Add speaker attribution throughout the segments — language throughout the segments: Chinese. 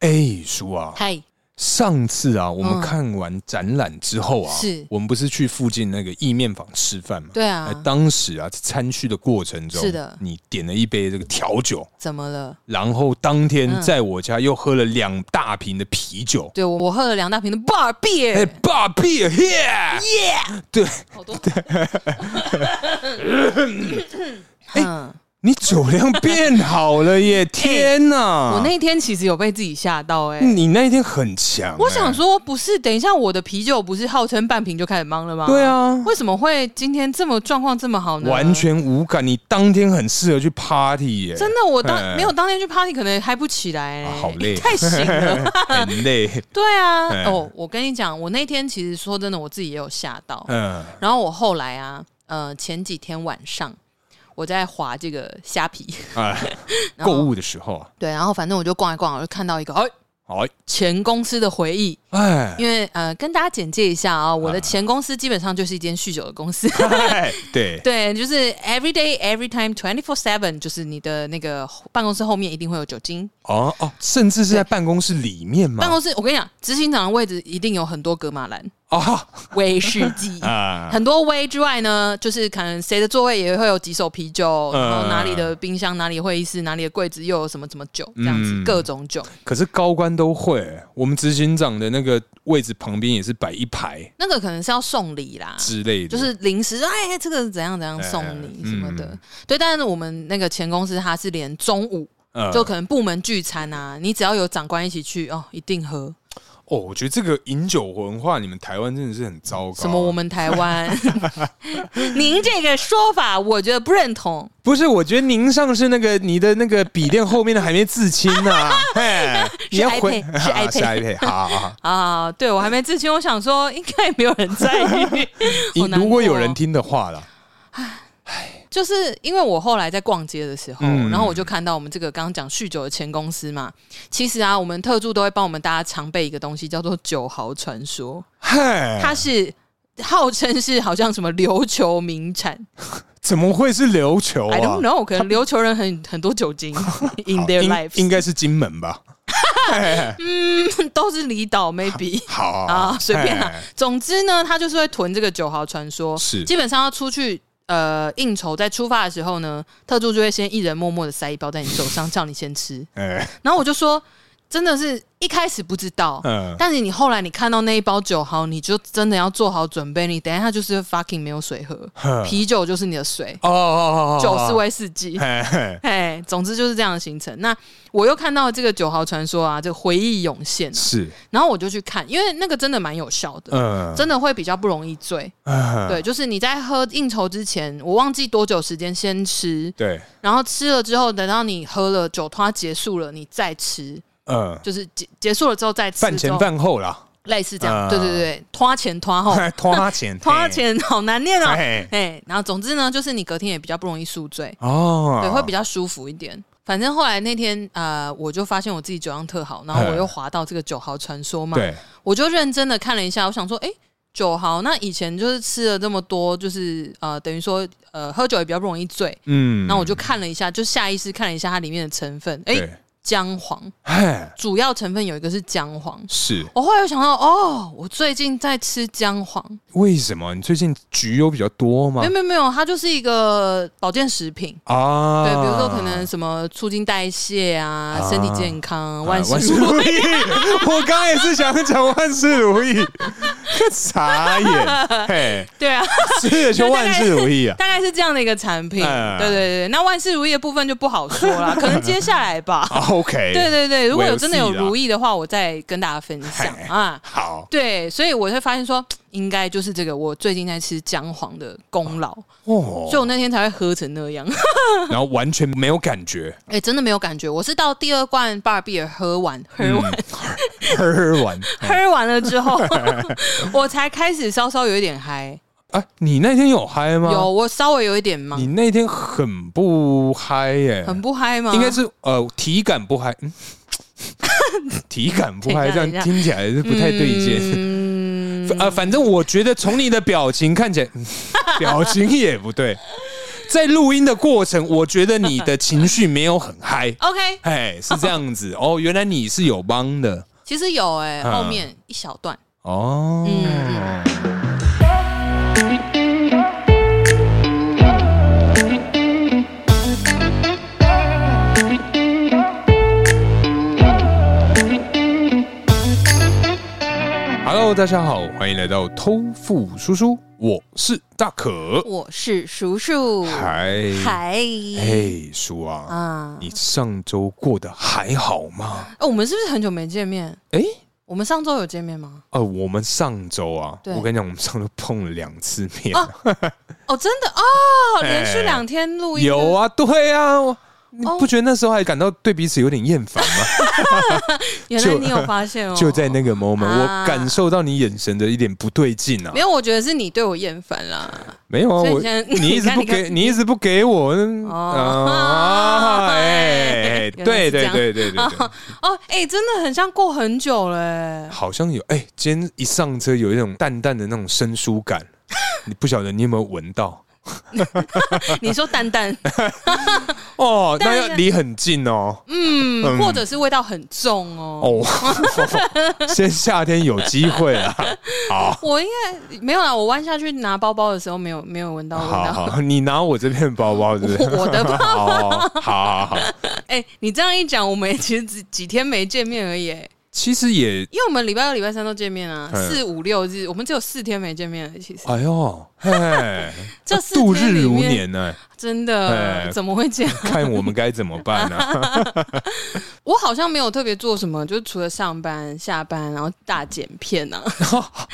Speaker 1: 哎，叔啊，
Speaker 2: 嗨，
Speaker 1: 上次啊，我们
Speaker 2: 嗯
Speaker 1: 看完展览之后啊，
Speaker 2: 是
Speaker 1: 我们不是去附近那个意面坊吃饭嘛？
Speaker 2: 对
Speaker 1: 哎
Speaker 2: 啊，
Speaker 1: 当时啊，在餐叙的过程中，
Speaker 2: 是的
Speaker 1: 你点了一杯这个调酒，
Speaker 2: 怎么了？
Speaker 1: 然后当天
Speaker 2: 嗯
Speaker 1: 在我家又喝了两大瓶的啤酒。
Speaker 2: 对我，我喝了两大瓶的 bar beer，、
Speaker 1: 哎，爸比 here，对
Speaker 2: 好多。嗯，
Speaker 1: 哎你酒量变好了 耶！天哪，
Speaker 2: 哎我那天其实有被自己吓到哎、
Speaker 1: 你那一天很强哎。
Speaker 2: 我想说，不是，等一下我的啤酒不是号称半瓶就开始忙了吗？
Speaker 1: 对，啊，
Speaker 2: 为什么会今天这么状况这么好呢？
Speaker 1: 完全无感。你当天很适合去 party 耶，
Speaker 2: 真的，我当、
Speaker 1: 哎
Speaker 2: 没有当天去 party 可能嗨不起来、欸
Speaker 1: 啊好累
Speaker 2: 太醒 了。
Speaker 1: 很累。
Speaker 2: 对啊，
Speaker 1: 哎
Speaker 2: 哦，我跟你讲，我那天其实说真的，我自己也有吓到。
Speaker 1: 嗯，
Speaker 2: 然后我后来啊，呃，前几天晚上我在划这个虾皮，
Speaker 1: 啊，
Speaker 2: 然后
Speaker 1: 购物的时候啊，
Speaker 2: 对，然后反正我就逛一逛，我就看到一个，哎，
Speaker 1: 哎
Speaker 2: 前公司的回忆。
Speaker 1: 哎
Speaker 2: 因为呃，跟大家简介一下啊、我
Speaker 1: 啊
Speaker 2: 的前公司基本上就是一间酗酒 的公司。
Speaker 1: 哎，对，
Speaker 2: 对，就是 every day, every time, twenty four seven，就是你的那个办公室后面一定会有酒精。
Speaker 1: 哦哦，甚至是在办公室里面嘛，
Speaker 2: 办公室，我跟你讲，执行长的位置一定有很多格马兰、
Speaker 1: 啊
Speaker 2: 威士忌。
Speaker 1: 啊，
Speaker 2: 很多威之外呢，就是可能谁的座位也会有几手啤酒，
Speaker 1: 嗯
Speaker 2: 然后哪里的冰箱、哪里的会议室、哪里的柜子又有什么什么酒，这样子、
Speaker 1: 嗯
Speaker 2: 各种酒。
Speaker 1: 可是高官都会，我们执行长的那个位置旁边也是摆一排
Speaker 2: 那个可能是要送礼啦，
Speaker 1: 之类的，
Speaker 2: 就是临时哎，这个怎样怎样送你
Speaker 1: 哎
Speaker 2: 什么的。
Speaker 1: 嗯
Speaker 2: 对，但是我们那个前公司它是连中午
Speaker 1: 呃
Speaker 2: 就可能部门聚餐啊，你只要有长官一起去哦，一定喝。
Speaker 1: 嗯哦，我觉得这个饮酒文化，你们台湾真的是很糟糕。
Speaker 2: 什么？我们台 湾，您这个说法我觉得不认同。
Speaker 1: 不是，我觉得您上次那个你的那个笔电后面的还没自清呢、 嘿，你要回
Speaker 2: iPad，是
Speaker 1: 啊
Speaker 2: iPad
Speaker 1: 是 iPad，好好好。
Speaker 2: 啊，对我还没自清，我想说应该没有人在 意
Speaker 1: 你。
Speaker 2: 好难
Speaker 1: 如
Speaker 2: 过
Speaker 1: 果有人，听的话啦，
Speaker 2: 就是因为我后来在逛街的时候，
Speaker 1: 嗯
Speaker 2: 然后我就看到我们这个刚刚讲酗酒的前公司嘛，其实啊，我们特助都会帮我们大家常备一个东西，叫做酒豪传说，
Speaker 1: 嘿，
Speaker 2: 它是。号称是好像什么琉球名产、
Speaker 1: 怎么会是琉球啊
Speaker 2: i don't？know，可能琉球人很很 多酒精 in
Speaker 1: 好
Speaker 2: their
Speaker 1: 应
Speaker 2: lives，
Speaker 1: 应该是金门吧？
Speaker 2: 都是离岛 maybe
Speaker 1: 好
Speaker 2: 啊，随便啦、
Speaker 1: 哦嘿
Speaker 2: 总之呢，他就是会囤这个九豪传说，
Speaker 1: 是
Speaker 2: 基本上要出去呃应酬，在出发的时候呢，特助就会先一人默默的塞一包在你手上，叫你先吃。
Speaker 1: 哎，
Speaker 2: 然后我就说，真的是一开始不知道，
Speaker 1: 嗯，
Speaker 2: 但是你后来你看到那一包九豪，你就真的要做好准备，你等一下就是 fucking 没有水喝，
Speaker 1: 呵
Speaker 2: 啤酒就是你的水，
Speaker 1: 哦哦哦，
Speaker 2: 酒是威士忌。
Speaker 1: 嘿嘿
Speaker 2: 哎，总之就是这样的行程。那我又看到这个九豪传说啊，这个回忆涌现、啊，
Speaker 1: 是，
Speaker 2: 然后我就去看，因为那个真的蛮有效的，
Speaker 1: 嗯，
Speaker 2: 真的会比较不容易醉。
Speaker 1: 嗯
Speaker 2: 对，就是你在喝应酬之前，我忘记多久时间先吃，
Speaker 1: 对，
Speaker 2: 然后吃了之后，等到你喝了酒它结束了，你再吃，
Speaker 1: 嗯，
Speaker 2: 就是结结束了之后再吃，
Speaker 1: 饭前饭后啦，
Speaker 2: 类似这样，
Speaker 1: 啊
Speaker 2: 对对对，拖前 拖后，
Speaker 1: 花钱，
Speaker 2: 哦 拖钱好难念哦，
Speaker 1: 嘿，嘿
Speaker 2: 哎，然后总之呢，就是你隔天也比较不容易宿醉，
Speaker 1: 哦，
Speaker 2: 对，会比较舒服一点。反正后来那天，呃，我就发现我自己酒量特好，然后我又滑到这个九豪传说嘛，
Speaker 1: 对，
Speaker 2: 我就认真的看了一下，我想说，哎、酒豪那以前就是吃了这么多，就是呃，等于说呃，喝酒也比较不容易醉。
Speaker 1: 嗯，
Speaker 2: 那我就看了一下，就下意识看了一下它里面的成分，哎、
Speaker 1: 对，
Speaker 2: 姜黄
Speaker 1: 哎，
Speaker 2: 主要成分有一个是姜黄。
Speaker 1: 是
Speaker 2: 我后来又想到，哦，我最近在吃姜黄，
Speaker 1: 为什么？你最近局有比较多吗
Speaker 2: 没有？没有没有，它就是一个保健食品。
Speaker 1: 啊，
Speaker 2: 对，比如说可能什么促进代谢啊，
Speaker 1: 啊
Speaker 2: 身体健康，
Speaker 1: 啊
Speaker 2: 万事
Speaker 1: 事
Speaker 2: 如
Speaker 1: 如意， 我刚也是想讲万事如意， 傻眼，嘿，
Speaker 2: 对啊，
Speaker 1: 吃了就万事如 意啊，
Speaker 2: 大概是这样的一个产品。
Speaker 1: 哎
Speaker 2: 对对对，那万事如意的部分就不好说 啦，可能接下来吧。
Speaker 1: 啊 OK，
Speaker 2: 对对对，如果有真的有
Speaker 1: 我有戏啦哎
Speaker 2: 如意的话，我再跟大家分享
Speaker 1: 嗨
Speaker 2: 啊。
Speaker 1: 好
Speaker 2: 对，所以我会发现说，应该就是这个我最近在吃姜黄的功劳，
Speaker 1: 哦
Speaker 2: 所以，我那天才会喝成那样。
Speaker 1: 然后完全没有感觉，
Speaker 2: 哎、真的没有感觉，我是到第二罐巴尔比尔喝完，喝完、
Speaker 1: 嗯喝完
Speaker 2: 喝完了 之后， 我才开始稍稍有一点嗨，
Speaker 1: 啊，你那天有嗨吗？
Speaker 2: 有，我稍微有一点
Speaker 1: 你
Speaker 2: 忙，
Speaker 1: 那天很不嗨耶，
Speaker 2: 很不啊嗨吗？
Speaker 1: 应该是呃体感不嗨， 嗯，体感不嗨，这
Speaker 2: 等一下
Speaker 1: 样听起来是不太对劲。
Speaker 2: 嗯，，
Speaker 1: 呃啊，反正我觉得从你的表情看起来，嗯表情也不对，在录音的过程，我觉得你的情绪没有很嗨
Speaker 2: OK，
Speaker 1: 哎，是这样子哦。原来你是有帮的
Speaker 2: 其实有哎、
Speaker 1: 嗯
Speaker 2: 后面一小段。
Speaker 1: 哦。
Speaker 2: 嗯
Speaker 1: Hello，大家好，欢迎来到偷富叔叔，我是大可。
Speaker 2: 我是叔叔，
Speaker 1: 嗨，哎
Speaker 2: 嗨
Speaker 1: 嘿，叔啊，
Speaker 2: 啊！
Speaker 1: 你上周过得还好吗？
Speaker 2: 哦，我们是不是很久没见面？
Speaker 1: 哎，
Speaker 2: 我们上周有见面吗？
Speaker 1: 呃，我们上周啊，
Speaker 2: 对
Speaker 1: 我跟你讲，我们上周碰了两次面，
Speaker 2: 啊哦，真的哦，
Speaker 1: 哎
Speaker 2: 连续两天录音，
Speaker 1: 有啊，对啊，我你
Speaker 2: 哦
Speaker 1: 不觉得那时候还感到对彼此有点厌烦吗？
Speaker 2: 原来
Speaker 1: 就
Speaker 2: 你有发现 哦，
Speaker 1: 就在那个 moment，、
Speaker 2: 啊
Speaker 1: 我感受到你眼神的一点不对劲啊
Speaker 2: 没。有，我觉得是你对我厌烦啦。
Speaker 1: 没有啊，
Speaker 2: 所以
Speaker 1: 我
Speaker 2: 你现在
Speaker 1: 一直不
Speaker 2: 你看
Speaker 1: 给，
Speaker 2: 你看
Speaker 1: 你一直不给我，嗯
Speaker 2: 哦
Speaker 1: 啊，哎，
Speaker 2: 原来是
Speaker 1: 对
Speaker 2: 这
Speaker 1: 对
Speaker 2: 样
Speaker 1: 对对对对，
Speaker 2: 哦，哎、真的很像过很久欸嘞、
Speaker 1: 好像有哎，今天一上车有一种淡淡的那种生疏 感，你不晓得你有没有闻到？
Speaker 2: 你说蛋蛋，
Speaker 1: 哦，那
Speaker 2: 但
Speaker 1: 要离很近哦。
Speaker 2: 嗯，
Speaker 1: 嗯
Speaker 2: 或者是味道很重哦。
Speaker 1: 哦， 先夏天有机会啊 啦。好，
Speaker 2: 我应该没有啦，我弯下去拿包包的时候没有没有闻到味
Speaker 1: 好
Speaker 2: 道。
Speaker 1: 好，你拿我这片包包，对不对？
Speaker 2: 我的包
Speaker 1: 包，哦好好好。
Speaker 2: 哎、你这样一讲，我们 也其实只几天没见面而已、哎
Speaker 1: 其实也，
Speaker 2: 因为我们礼拜二、礼拜三都见面啊，
Speaker 1: 嗯
Speaker 2: 四五六日我们只有四天没见面了。 其实
Speaker 1: 哎呦，嘿，
Speaker 2: 这 四
Speaker 1: 度
Speaker 2: 天
Speaker 1: 日
Speaker 2: 里
Speaker 1: 如
Speaker 2: 面，
Speaker 1: 年呢，
Speaker 2: 真的
Speaker 1: 哎
Speaker 2: 怎么会这样？
Speaker 1: 看我们该怎么办呢？
Speaker 2: 我好像没有特别做什么，就是除了上班、下班，然后大剪片啊，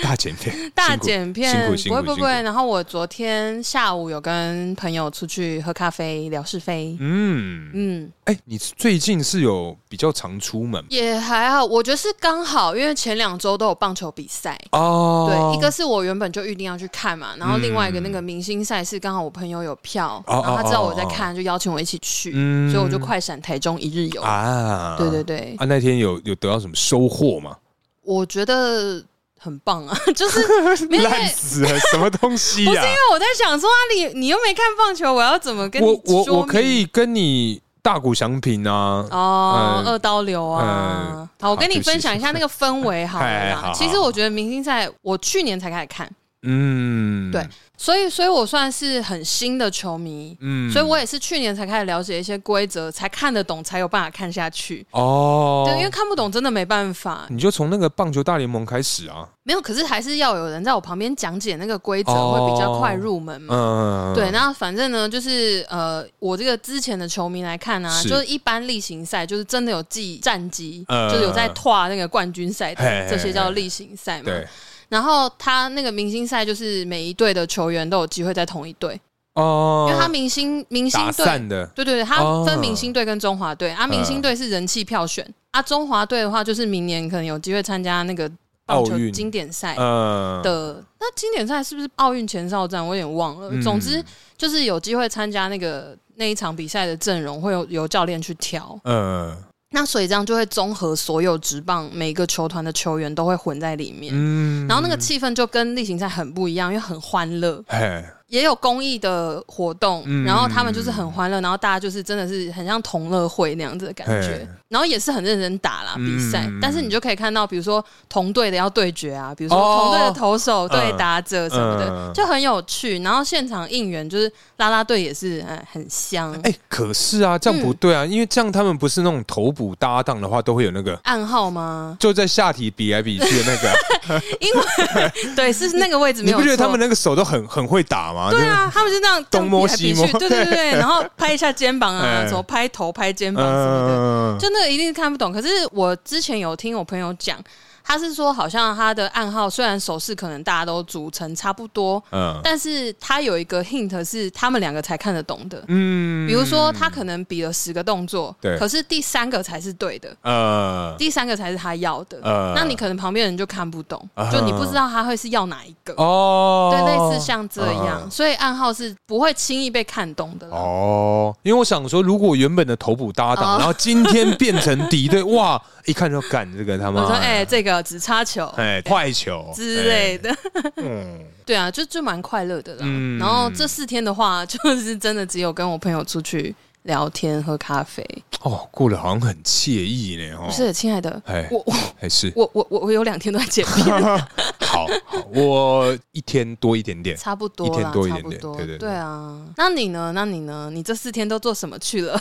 Speaker 1: 大剪片，
Speaker 2: 大
Speaker 1: 辛苦
Speaker 2: 剪
Speaker 1: 辛
Speaker 2: 片
Speaker 1: 苦辛苦
Speaker 2: 不会不
Speaker 1: 辛苦
Speaker 2: 会。然后我昨天下午有跟朋友出去喝咖啡聊是非，
Speaker 1: 嗯，
Speaker 2: 嗯，
Speaker 1: 哎，你最近是有比较常出门
Speaker 2: 也还好，我觉得是刚好，因为前两周都有棒球比赛。
Speaker 1: 哦？
Speaker 2: 对，一个是我原本就预定要去看嘛，然后另外一个那个明星赛事刚好我朋友有票，
Speaker 1: 哦
Speaker 2: 然后他知道我在
Speaker 1: 哦
Speaker 2: 看，就邀请我一起去，
Speaker 1: 嗯
Speaker 2: 所以我就快闪台中一日游。
Speaker 1: 啊，
Speaker 2: 对对对，
Speaker 1: 啊，那天有有得到什么收获吗？
Speaker 2: 我觉得很棒啊， 就是 没有因为
Speaker 1: 烂啊死了，什么东西
Speaker 2: 不是因
Speaker 1: 呀？
Speaker 2: 为 我在想说啊，你你又没看棒球，我要怎么跟你
Speaker 1: 我我
Speaker 2: 说
Speaker 1: 我可
Speaker 2: 明
Speaker 1: 以跟你大鼓相平啊，
Speaker 2: 哦，
Speaker 1: 嗯
Speaker 2: 二刀流啊
Speaker 1: 嗯！
Speaker 2: 好，我跟你
Speaker 1: 好对不起
Speaker 2: 分享一下那个氛围好了
Speaker 1: 哎好
Speaker 2: 啦
Speaker 1: 好。
Speaker 2: 其实我觉得明星赛我去年才开始看，
Speaker 1: 嗯，
Speaker 2: 对，所以所以我算是很新的球迷，
Speaker 1: 嗯
Speaker 2: 所以我也是去年才开始了解一些规则，才看得懂，才有办法看下去。
Speaker 1: 哦，
Speaker 2: 对，因为看不懂真的没办法，
Speaker 1: 你就从那个棒球大联盟开始啊，
Speaker 2: 没有，可是还是要有人在我旁边讲解那个规则，
Speaker 1: 哦
Speaker 2: 会比较快入门嘛。
Speaker 1: 嗯，
Speaker 2: 对，那反正呢，就是呃，我这个之前的球迷来看啊，
Speaker 1: 是
Speaker 2: 就是一般例行赛，就是真的有记战绩，
Speaker 1: 呃
Speaker 2: 就是有在拓那个冠军赛的，
Speaker 1: 嘿嘿嘿
Speaker 2: 这些叫例行赛嘛。
Speaker 1: 对，
Speaker 2: 然后他那个明星赛，就是每一队的球员都有机会在同一队，
Speaker 1: 哦，
Speaker 2: 因为他明星明星
Speaker 1: 打
Speaker 2: 队，
Speaker 1: 散的，
Speaker 2: 对对对，他分
Speaker 1: 哦嗯
Speaker 2: 明星队跟中华队啊，明星队是人气票选啊，中华队的话就是明年可能有机会参加那个棒球
Speaker 1: 奥运
Speaker 2: 经典赛。
Speaker 1: 嗯，
Speaker 2: 的那经典赛是不是奥运前哨战？我有点忘了。
Speaker 1: 嗯
Speaker 2: 总之就是有机会参加那个那一场比赛的阵容，会有由教练去调。
Speaker 1: 嗯
Speaker 2: 那所以这样就会综合所有职棒每个球团的球员都会混在里面，
Speaker 1: 嗯
Speaker 2: 然后那个气氛就跟例行赛很不一样，因为很欢乐，
Speaker 1: 嘿，
Speaker 2: 也有公益的活动，
Speaker 1: 嗯
Speaker 2: 然后他们就是很欢乐，然后大家就是真的是很像同乐会那样子的感觉
Speaker 1: 嘿，
Speaker 2: 然后也是很认真打啦比赛，
Speaker 1: 嗯
Speaker 2: 但是你就可以看到，比如说同队的要对决啊，比如说
Speaker 1: 哦
Speaker 2: 同队的投手对打者什么的，
Speaker 1: 嗯
Speaker 2: 就很有趣。然后现场应援就是啦啦队也是嗯很香，
Speaker 1: 哎，可是啊，这样
Speaker 2: 嗯
Speaker 1: 不对啊，因为这样他们不是那种头补搭档的话，都会有那个。？
Speaker 2: 暗号吗
Speaker 1: 就在下体比来比去的那 个啊，
Speaker 2: 因为对是那个位置没
Speaker 1: 你
Speaker 2: 有
Speaker 1: 不
Speaker 2: 错，
Speaker 1: 觉得他们那个手都很很会打吗？
Speaker 2: 对啊，他们就这样
Speaker 1: 东摸
Speaker 2: 这样比来比
Speaker 1: 西摸
Speaker 2: 去对对对对， 然后拍一下肩膀啊，
Speaker 1: 哎
Speaker 2: 什么拍头拍肩
Speaker 1: 就是，
Speaker 2: 膀什么的。
Speaker 1: 嗯，
Speaker 2: 就那个一定看不懂。可是我之前有听我朋友讲，他是说好像他的暗号虽然手势可能大家都组成差不多，
Speaker 1: 嗯
Speaker 2: 但是他有一个 hint 是他们两个才看得懂的。
Speaker 1: 嗯
Speaker 2: 比如说，他可能比了十个动作，
Speaker 1: 对
Speaker 2: 可是第三个才是对的，
Speaker 1: 呃
Speaker 2: 第三个才是他要的，
Speaker 1: 呃
Speaker 2: 那你可能旁边人就看不懂，
Speaker 1: 啊
Speaker 2: 就你不知道他会是要哪一个，
Speaker 1: 哦，
Speaker 2: 对，类似像这样，
Speaker 1: 嗯
Speaker 2: 所以暗号是不会轻易被看懂的啦。
Speaker 1: 哦，因为我想说，如果原本的头部搭档，
Speaker 2: 哦
Speaker 1: 然后今天变成敌对，哇，一看就干这个他
Speaker 2: 我
Speaker 1: 妈，
Speaker 2: 说，哎、这个呃只插球
Speaker 1: 哎，坏球
Speaker 2: 之类，的，
Speaker 1: 哎嗯，
Speaker 2: 对啊，就就蛮快乐的啦。
Speaker 1: 嗯
Speaker 2: 然后这四天的话， 就是真的只有跟我朋友出去聊天、喝咖啡。
Speaker 1: 哦，过得好像很惬意呢，哦，
Speaker 2: 不是，亲爱的，
Speaker 1: 哎，
Speaker 2: 我我
Speaker 1: 还是
Speaker 2: 我我我我有两天都在剪片，
Speaker 1: 好好，我一天多一点点，
Speaker 2: 差不多
Speaker 1: 一天
Speaker 2: 啦，
Speaker 1: 多一
Speaker 2: 差
Speaker 1: 点
Speaker 2: 不
Speaker 1: 点
Speaker 2: 多，
Speaker 1: 对对对
Speaker 2: 啊。那你呢？那你呢？你这四天都做什么 去了？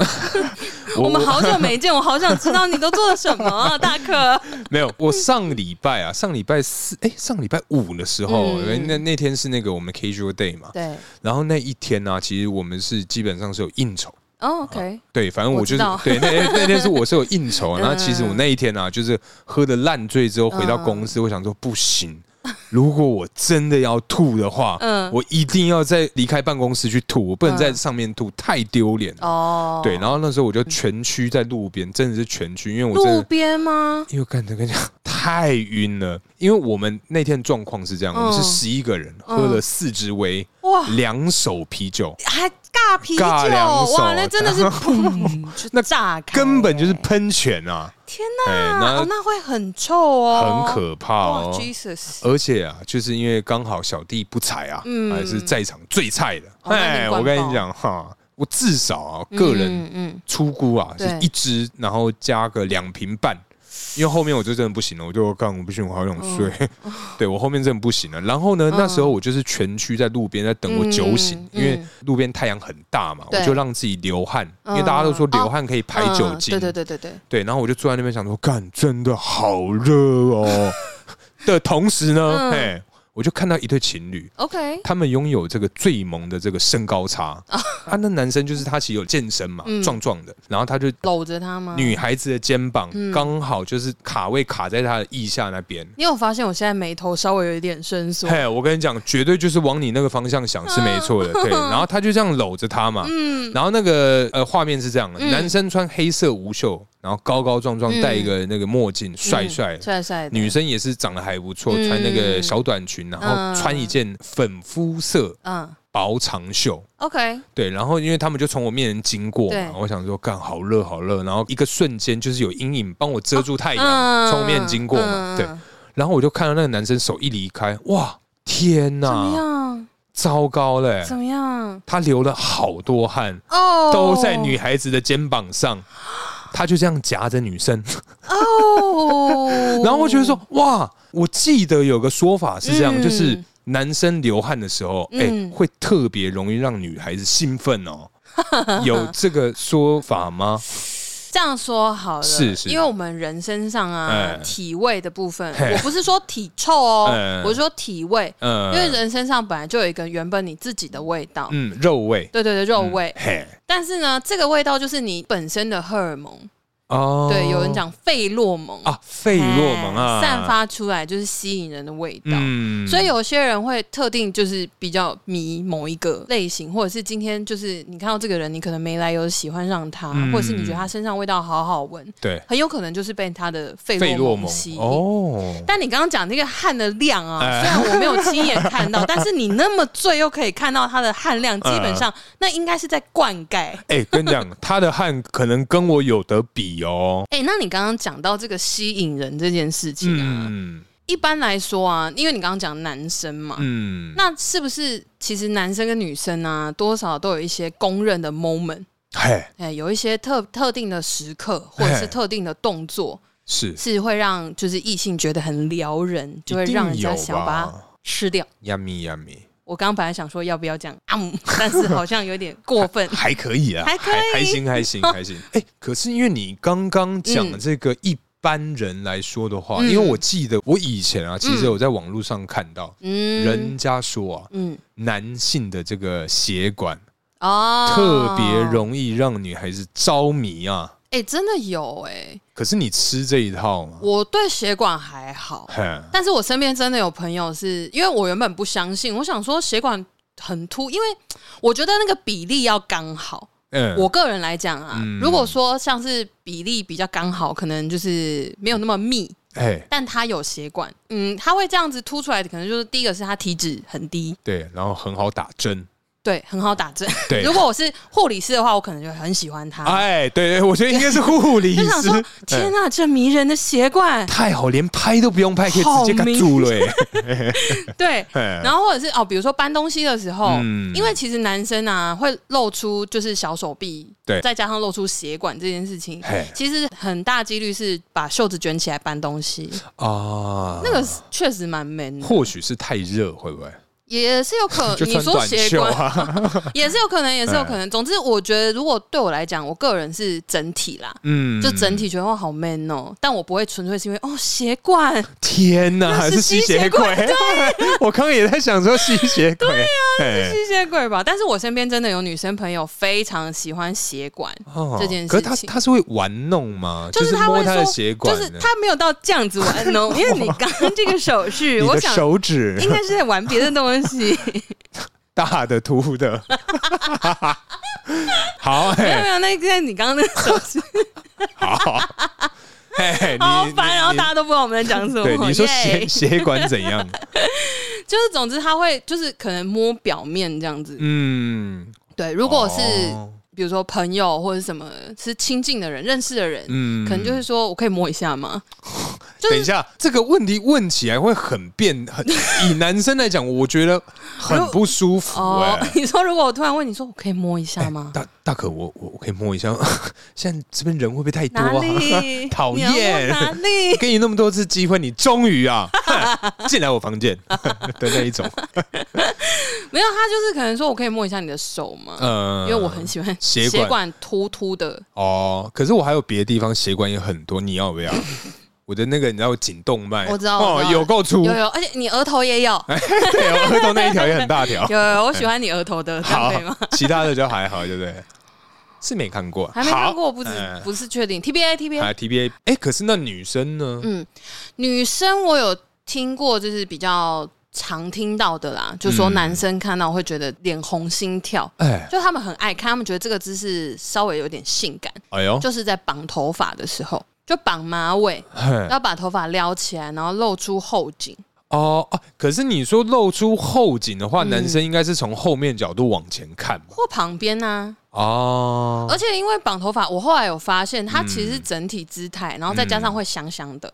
Speaker 1: 我
Speaker 2: 我们好久没见，我好想知道你都做了什么 啊，大可。
Speaker 1: 没有，我上礼拜啊，上礼拜四，哎、上礼拜五的时候，
Speaker 2: 嗯
Speaker 1: 那那天是那个我们 casual day 嘛，
Speaker 2: 对
Speaker 1: 然后那一天呢、其实我们是基本上是有应酬，
Speaker 2: 哦，OK，
Speaker 1: 对，反正我就是
Speaker 2: 我
Speaker 1: 对那那天是我是有应酬，
Speaker 2: 嗯嗯
Speaker 1: 然后其实我那一天啊，就是喝的烂醉之后回到公司，我想说不行，如果我真的要吐的话，
Speaker 2: 嗯
Speaker 1: 我一定要在离开办公室去吐，我不能在
Speaker 2: 嗯
Speaker 1: 上面吐，太丢脸了。
Speaker 2: 哦，
Speaker 1: 对，然后那时候我就全区在路边，真的是全区，因为我真的
Speaker 2: 路边吗？
Speaker 1: 因为干这跟你讲太晕了，因为我们那天状况是这样，
Speaker 2: 嗯
Speaker 1: 我们是十一个人
Speaker 2: 嗯哎
Speaker 1: 喝了四支威，
Speaker 2: 哇，
Speaker 1: 两手啤酒，
Speaker 2: 还尬啤
Speaker 1: 嗯
Speaker 2: 酒，
Speaker 1: 尬两手
Speaker 2: 哇，那真 的是砰，就炸开，
Speaker 1: 根本就是喷泉啊，
Speaker 2: 天
Speaker 1: 哎、
Speaker 2: 哪，哦，那会很臭哦，
Speaker 1: 那很可怕
Speaker 2: 哇
Speaker 1: 哦。
Speaker 2: ，Jesus，
Speaker 1: 而且啊，就是因为刚好小弟不才啊，
Speaker 2: 嗯
Speaker 1: 还是在场最菜的。
Speaker 2: 哦那你
Speaker 1: 哎，
Speaker 2: 灌
Speaker 1: 我跟
Speaker 2: 爆
Speaker 1: 你讲哈，我至少啊，个人
Speaker 2: 嗯嗯，
Speaker 1: 出估啊，是
Speaker 2: 对
Speaker 1: 一支，然后加个两瓶半。因为后面我就真的不行了，我就干我不行，我好想睡。 对我后面真的不行了。然后呢，
Speaker 2: 嗯
Speaker 1: 那时候我就是全区在路边在等我酒醒，
Speaker 2: 嗯嗯
Speaker 1: 因为路边太阳很大嘛，
Speaker 2: 对
Speaker 1: 我就让自己流汗，因
Speaker 2: 嗯
Speaker 1: 为大家都说流汗可以排酒
Speaker 2: 嗯
Speaker 1: 精。
Speaker 2: 对对对对对，
Speaker 1: 对然后我就坐在那边想说，干真的好热 哦。的同时呢，
Speaker 2: 嗯
Speaker 1: 哎，我就看到一对情侣，
Speaker 2: ，OK，
Speaker 1: 他们拥有这个最萌的这个身高差啊，那男生就是他其实有健身嘛，
Speaker 2: 哦嗯
Speaker 1: 壮壮的，然后他就
Speaker 2: 搂着他吗？
Speaker 1: 女孩子的肩膀
Speaker 2: 嗯
Speaker 1: 刚好就是卡位卡在他的腋下那边。
Speaker 2: 你有发现我现在眉头稍微有一点伸缩？
Speaker 1: 嘿，我跟你讲，绝对就是往你那个方向想是没错的，对。然后他就这样搂着她嘛，
Speaker 2: 嗯，
Speaker 1: 然后那个呃画面是这样的，
Speaker 2: 嗯
Speaker 1: 男生穿黑色无袖，然后高高壮壮，
Speaker 2: 嗯
Speaker 1: 戴一个那个墨镜，帅帅
Speaker 2: 嗯
Speaker 1: 的。
Speaker 2: 帅帅的，
Speaker 1: 女生也是长得还不错，
Speaker 2: 嗯
Speaker 1: 穿那个小短裙，然
Speaker 2: 嗯
Speaker 1: 后穿一件粉肤色
Speaker 2: 嗯
Speaker 1: 薄长袖，
Speaker 2: ，OK，
Speaker 1: 对，然后因为他们就从我面前经过
Speaker 2: 对
Speaker 1: 嘛，我想说干好热好热，然后一个瞬间就是有阴影帮我遮住太阳，
Speaker 2: 嗯
Speaker 1: 从我面前经过嘛，对，然后我就看到那个男生手一离开，哇，天
Speaker 2: 怎么
Speaker 1: 哪，
Speaker 2: 样？
Speaker 1: 糟糕嘞、
Speaker 2: 怎么样？
Speaker 1: 他流了好多汗，
Speaker 2: 哦，
Speaker 1: 都在女孩子的肩膀上，他就这样夹着女生，，
Speaker 2: 哦
Speaker 1: 然后我觉得说，哇，我记得有个说法是这样，
Speaker 2: 嗯
Speaker 1: 就是。男生流汗的时候，哎、
Speaker 2: 嗯
Speaker 1: 会特别容易让女孩子兴奋 哦，有这个说法吗？
Speaker 2: 这样说好了，
Speaker 1: 是是
Speaker 2: 因为我们人身上啊
Speaker 1: 哎，
Speaker 2: 体味的部分，
Speaker 1: 嘿
Speaker 2: 我不是说体臭哦
Speaker 1: 哎，
Speaker 2: 我是说体味，因
Speaker 1: 嗯，
Speaker 2: 为人身上本来就有一个原本你自己的味道，
Speaker 1: 嗯肉味，嗯
Speaker 2: 对对对，肉味。
Speaker 1: 嘿
Speaker 2: 但是呢，这个味道就是你本身的荷尔蒙，
Speaker 1: 哦，
Speaker 2: 对，有人讲费洛蒙，
Speaker 1: 啊，费洛蒙啊，
Speaker 2: 哎散发出来就是吸引人的味道。
Speaker 1: 嗯
Speaker 2: 所以有些人会特定就是比较迷某一个类型，或者是今天就是你看到这个人，你可能没来由喜欢上他，
Speaker 1: 嗯
Speaker 2: 或者是你觉得他身上味道好好闻，
Speaker 1: 对
Speaker 2: 很有可能就是被他的费
Speaker 1: 费洛
Speaker 2: 蒙
Speaker 1: 蒙
Speaker 2: 吸引。
Speaker 1: 哦，
Speaker 2: 但你刚刚讲那个汗的量啊，
Speaker 1: 哎
Speaker 2: 虽然我没有亲眼 看到，但是你那么醉又可以看到它的汗量，基本
Speaker 1: 嗯
Speaker 2: 上那应该是在灌溉。
Speaker 1: 哎、跟你讲，他的汗可能跟我有得比哦。
Speaker 2: 哎、那你刚刚讲到这个吸引人这件事情啊，
Speaker 1: 嗯
Speaker 2: 一般来说啊，因为你刚刚讲男生嘛，
Speaker 1: 嗯，
Speaker 2: 那是不是其实男生跟女生啊，多少都有一些公认的 moment，
Speaker 1: 嘿
Speaker 2: 哎、有一些特特定的时刻或者是
Speaker 1: 嘿
Speaker 2: 特定的动作，
Speaker 1: 是
Speaker 2: 是会让就是异性觉得很撩人，就会让人家想要把它吃掉。
Speaker 1: yummy yummy，。
Speaker 2: 我刚刚本来想说要不要讲啊，嗯但是好像有点过 分
Speaker 1: 还可以啊，
Speaker 2: 还可以哦
Speaker 1: 还行还行还行。哎、可是因为你刚刚讲的这个一般人来说的话，
Speaker 2: 嗯
Speaker 1: 因为我记得我以前啊，其实我在网络上看到、
Speaker 2: 嗯，
Speaker 1: 人家说啊，
Speaker 2: 嗯
Speaker 1: 男性的这个血管
Speaker 2: 哦，
Speaker 1: 特别。容易让女孩子着迷啊。
Speaker 2: 哎、真的有哎、
Speaker 1: 可是你吃这一套吗？
Speaker 2: 我对血管还好，
Speaker 1: 嘿
Speaker 2: 但是我身边真的有朋友是因为我原本不相信，我想说血管很凸，因为我觉得那个比例要刚好。
Speaker 1: 嗯
Speaker 2: 我个人来讲啊，
Speaker 1: 嗯
Speaker 2: 如果说像是比例比较刚好，可能就是没有那么密，
Speaker 1: 哎，
Speaker 2: 但它有血管，嗯，它会这样子凸出来，可能就是第一个是它体脂很低，
Speaker 1: 对，然后很好打针，
Speaker 2: 对，很好打针。
Speaker 1: 对
Speaker 2: 如果我是护理师的话，我可能就很喜欢它。
Speaker 1: 哎，对对，我觉得应该是护理
Speaker 2: 就想
Speaker 1: 师
Speaker 2: 说，，天
Speaker 1: 嗯！
Speaker 2: 哪、这迷人的血管
Speaker 1: 太好，连拍都不用拍，可以直接
Speaker 2: 好
Speaker 1: 给
Speaker 2: 明
Speaker 1: 住了耶。欸
Speaker 2: 对，
Speaker 1: 然
Speaker 2: 然后或者是哦，比如说搬东西的时候，
Speaker 1: 嗯
Speaker 2: 因为其实男生啊会露出就是小手臂，
Speaker 1: 对
Speaker 2: 再加上露出血管这件事情
Speaker 1: 嘿，
Speaker 2: 其实很大几率是把袖子卷起来搬东西，
Speaker 1: 啊，
Speaker 2: 那个是确实蛮 man 的，
Speaker 1: 或许是太热，会不会？
Speaker 2: 也是有 可
Speaker 1: 就
Speaker 2: 呃你
Speaker 1: 穿
Speaker 2: 说
Speaker 1: 短
Speaker 2: 血
Speaker 1: 袖
Speaker 2: 管
Speaker 1: 啊， 嗯
Speaker 2: 也是有可能，也是有可能。总之，我觉得如果对我来讲，我个人是整体啦。
Speaker 1: 嗯
Speaker 2: 就整体觉得哇好 man 哦，但我不会纯粹是因为哦血管，
Speaker 1: 天哪，
Speaker 2: 那
Speaker 1: 还
Speaker 2: 是
Speaker 1: 是吸
Speaker 2: 吸
Speaker 1: 血
Speaker 2: 血
Speaker 1: 鬼
Speaker 2: 鬼？啊
Speaker 1: 我刚刚也在想说吸血鬼，对
Speaker 2: 吸血鬼吧。但是我身边真的有女生朋友非常喜欢血管，
Speaker 1: 哦
Speaker 2: 这件事
Speaker 1: 可是他
Speaker 2: 情
Speaker 1: 他是会玩弄吗？
Speaker 2: 就是是他
Speaker 1: 摸
Speaker 2: 会
Speaker 1: 他
Speaker 2: 说，
Speaker 1: 的血管
Speaker 2: 就是
Speaker 1: 呢，
Speaker 2: 他没有到这样子玩 哦，因为你刚刚这个手势，
Speaker 1: 你
Speaker 2: 我
Speaker 1: 的
Speaker 2: 想
Speaker 1: 手指
Speaker 2: 应该是在玩别的东西。
Speaker 1: 大的凸的， 好
Speaker 2: 没有
Speaker 1: 哎
Speaker 2: 没有，那个你刚刚那个手势
Speaker 1: 好哎，
Speaker 2: 好
Speaker 1: 你
Speaker 2: 烦，
Speaker 1: 你
Speaker 2: 然后
Speaker 1: 你
Speaker 2: 大家都不知道我们在讲什么。
Speaker 1: 对你说 血
Speaker 2: 耶
Speaker 1: 血管怎样？
Speaker 2: 就是总之他会就是可能摸表面这样子。
Speaker 1: 嗯，
Speaker 2: 对，如果是
Speaker 1: 哦
Speaker 2: 比如说朋友或者什么是亲近的人、认识的人，
Speaker 1: 嗯
Speaker 2: 可能就是说我可以摸一下吗？就是
Speaker 1: 等一下，这个问题问起来会很变， 很以男生来讲，我觉得很不舒服
Speaker 2: 哦
Speaker 1: 哎、，
Speaker 2: 你说如果我突然问你说我可以摸一下吗？
Speaker 1: 大大可，我我我可以摸一下， 现在这边人会不会太多
Speaker 2: 哪
Speaker 1: 啊？
Speaker 2: 里？
Speaker 1: 讨
Speaker 2: 你要摸
Speaker 1: 厌
Speaker 2: 哪里？
Speaker 1: 给你那么多次机会，你终于啊 哼进来我房间 的那一 种，
Speaker 2: 没有，他就是可能说我可以摸一下你的手吗？
Speaker 1: 呃，
Speaker 2: 因为我很喜欢
Speaker 1: 血管
Speaker 2: 嗯血管突突的，
Speaker 1: 哦，可是我还有别的地方血管也很多，你要 不要？我的那个你知道颈动脉，
Speaker 2: 我知道我
Speaker 1: 哦
Speaker 2: 知，道
Speaker 1: 有够粗，
Speaker 2: 有有，而且你额头也有，
Speaker 1: 对，我额头那一条也很大条，
Speaker 2: 有有，我喜欢你额头的，这样
Speaker 1: 好
Speaker 2: 可以吗？，
Speaker 1: 其他的就还好，对不对？是没看过，
Speaker 2: 还没看过，
Speaker 1: 好
Speaker 2: 不知
Speaker 1: 嗯
Speaker 2: 不是确定。T B A T B A，
Speaker 1: 啊，TBA，哎、可是那女生呢？
Speaker 2: 嗯，女生我有听过，就是比较常听到的啦，就说
Speaker 1: 嗯
Speaker 2: 男生看到会觉得脸红心跳，
Speaker 1: 哎、
Speaker 2: 就他们很爱看，他们觉得这个姿势稍微有点性感，
Speaker 1: 哎呦，
Speaker 2: 就是在绑头发的时候，就绑马尾，
Speaker 1: 嘿
Speaker 2: 要把头发撩起来，然后露出后颈。
Speaker 1: 哦哦，可是你说露出后颈的话，
Speaker 2: 嗯
Speaker 1: 男生应该是从后面角度往前看吧？
Speaker 2: 或旁边呢、
Speaker 1: 哦，
Speaker 2: 而且因为绑头发，我后来有发现，它其实是整体姿态，
Speaker 1: 嗯
Speaker 2: 然后再加上会香香的，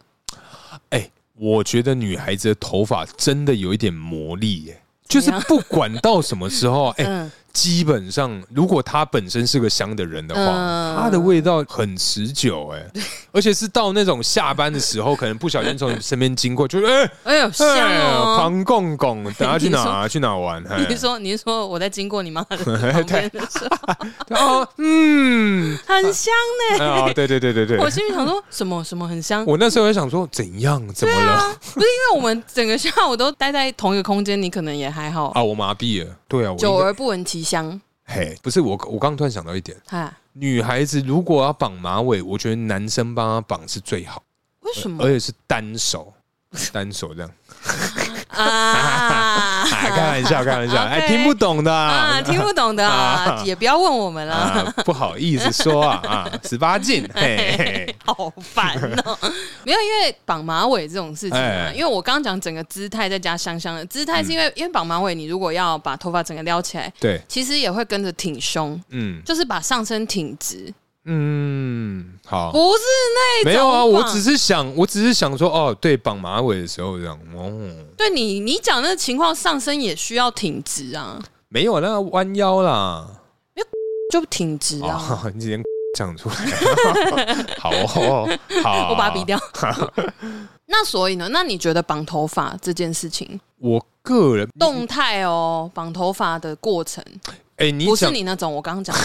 Speaker 1: 哎、我觉得女孩子的头发真的有一点魔力耶、就是
Speaker 2: 怎样
Speaker 1: 不管到什么时 候，哎、
Speaker 2: 嗯，
Speaker 1: 基本上如果她本身是个香的人的话，
Speaker 2: 嗯
Speaker 1: 她的味道很持久、哎，而且是到那种下班的时候，可能不小心从你身边经过，就哎、
Speaker 2: 哎呦香
Speaker 1: 哎呀
Speaker 2: 哦！
Speaker 1: 庞公 公，等下去
Speaker 2: 你
Speaker 1: 哪去哪玩？嘿
Speaker 2: 你说，你说我在经过你妈 的旁边的时候，
Speaker 1: 哦，嗯，
Speaker 2: 很香呢、
Speaker 1: 啊，对对对对对，
Speaker 2: 我心里想啊说什么什么很香，
Speaker 1: 我那时候也想说怎样，怎么了？
Speaker 2: 不是因为我们整个下午都待在同一个空间，你可能也还好，
Speaker 1: 啊，我麻痹了，对啊，我
Speaker 2: 久
Speaker 1: 应该
Speaker 2: 而不闻其香，
Speaker 1: 嘿，不是我，我刚刚突然想到一点，
Speaker 2: 哈，
Speaker 1: 女孩子如果要绑马尾，我觉得男生帮她绑是最好，
Speaker 2: 为什么
Speaker 1: 而且是单 手。单手这样，
Speaker 2: 啊？
Speaker 1: 哎， 开玩笑，开玩 笑，哎，
Speaker 2: OK
Speaker 1: 听不懂的
Speaker 2: 啊，听不懂的啊，
Speaker 1: 啊
Speaker 2: 也不要问我们了，
Speaker 1: 啊，不好意思说啊啊，十八禁，嘿嘿，
Speaker 2: 好烦 哦、没有，因为绑马尾这种事情啊，
Speaker 1: 哎嗯
Speaker 2: 因为我刚刚讲整个姿态再加香香的姿态，是因为、因为绑马尾，你如果要把头发整个撩起来，
Speaker 1: 对，
Speaker 2: 其实也会跟着挺胸，
Speaker 1: 嗯
Speaker 2: 就是把上身挺直，
Speaker 1: 嗯，好，
Speaker 2: 不是 那种
Speaker 1: 没有啊，
Speaker 2: 绑
Speaker 1: 我只是想，我只是想说，哦，对，绑马尾的时候这样，哦，
Speaker 2: 对你你讲那个情况，上身也需要挺直啊，
Speaker 1: 没有啊那弯腰啦，
Speaker 2: 就挺直啊。
Speaker 1: 哦， 你连讲出 来，好哦，好，
Speaker 2: 我把它比。 掉。那所以呢？那你觉得绑头发这件事情，
Speaker 1: 我个人，
Speaker 2: 动态哦，绑头发的过程，
Speaker 1: 哎，你
Speaker 2: 不是
Speaker 1: 讲，
Speaker 2: 你那种我刚刚讲的，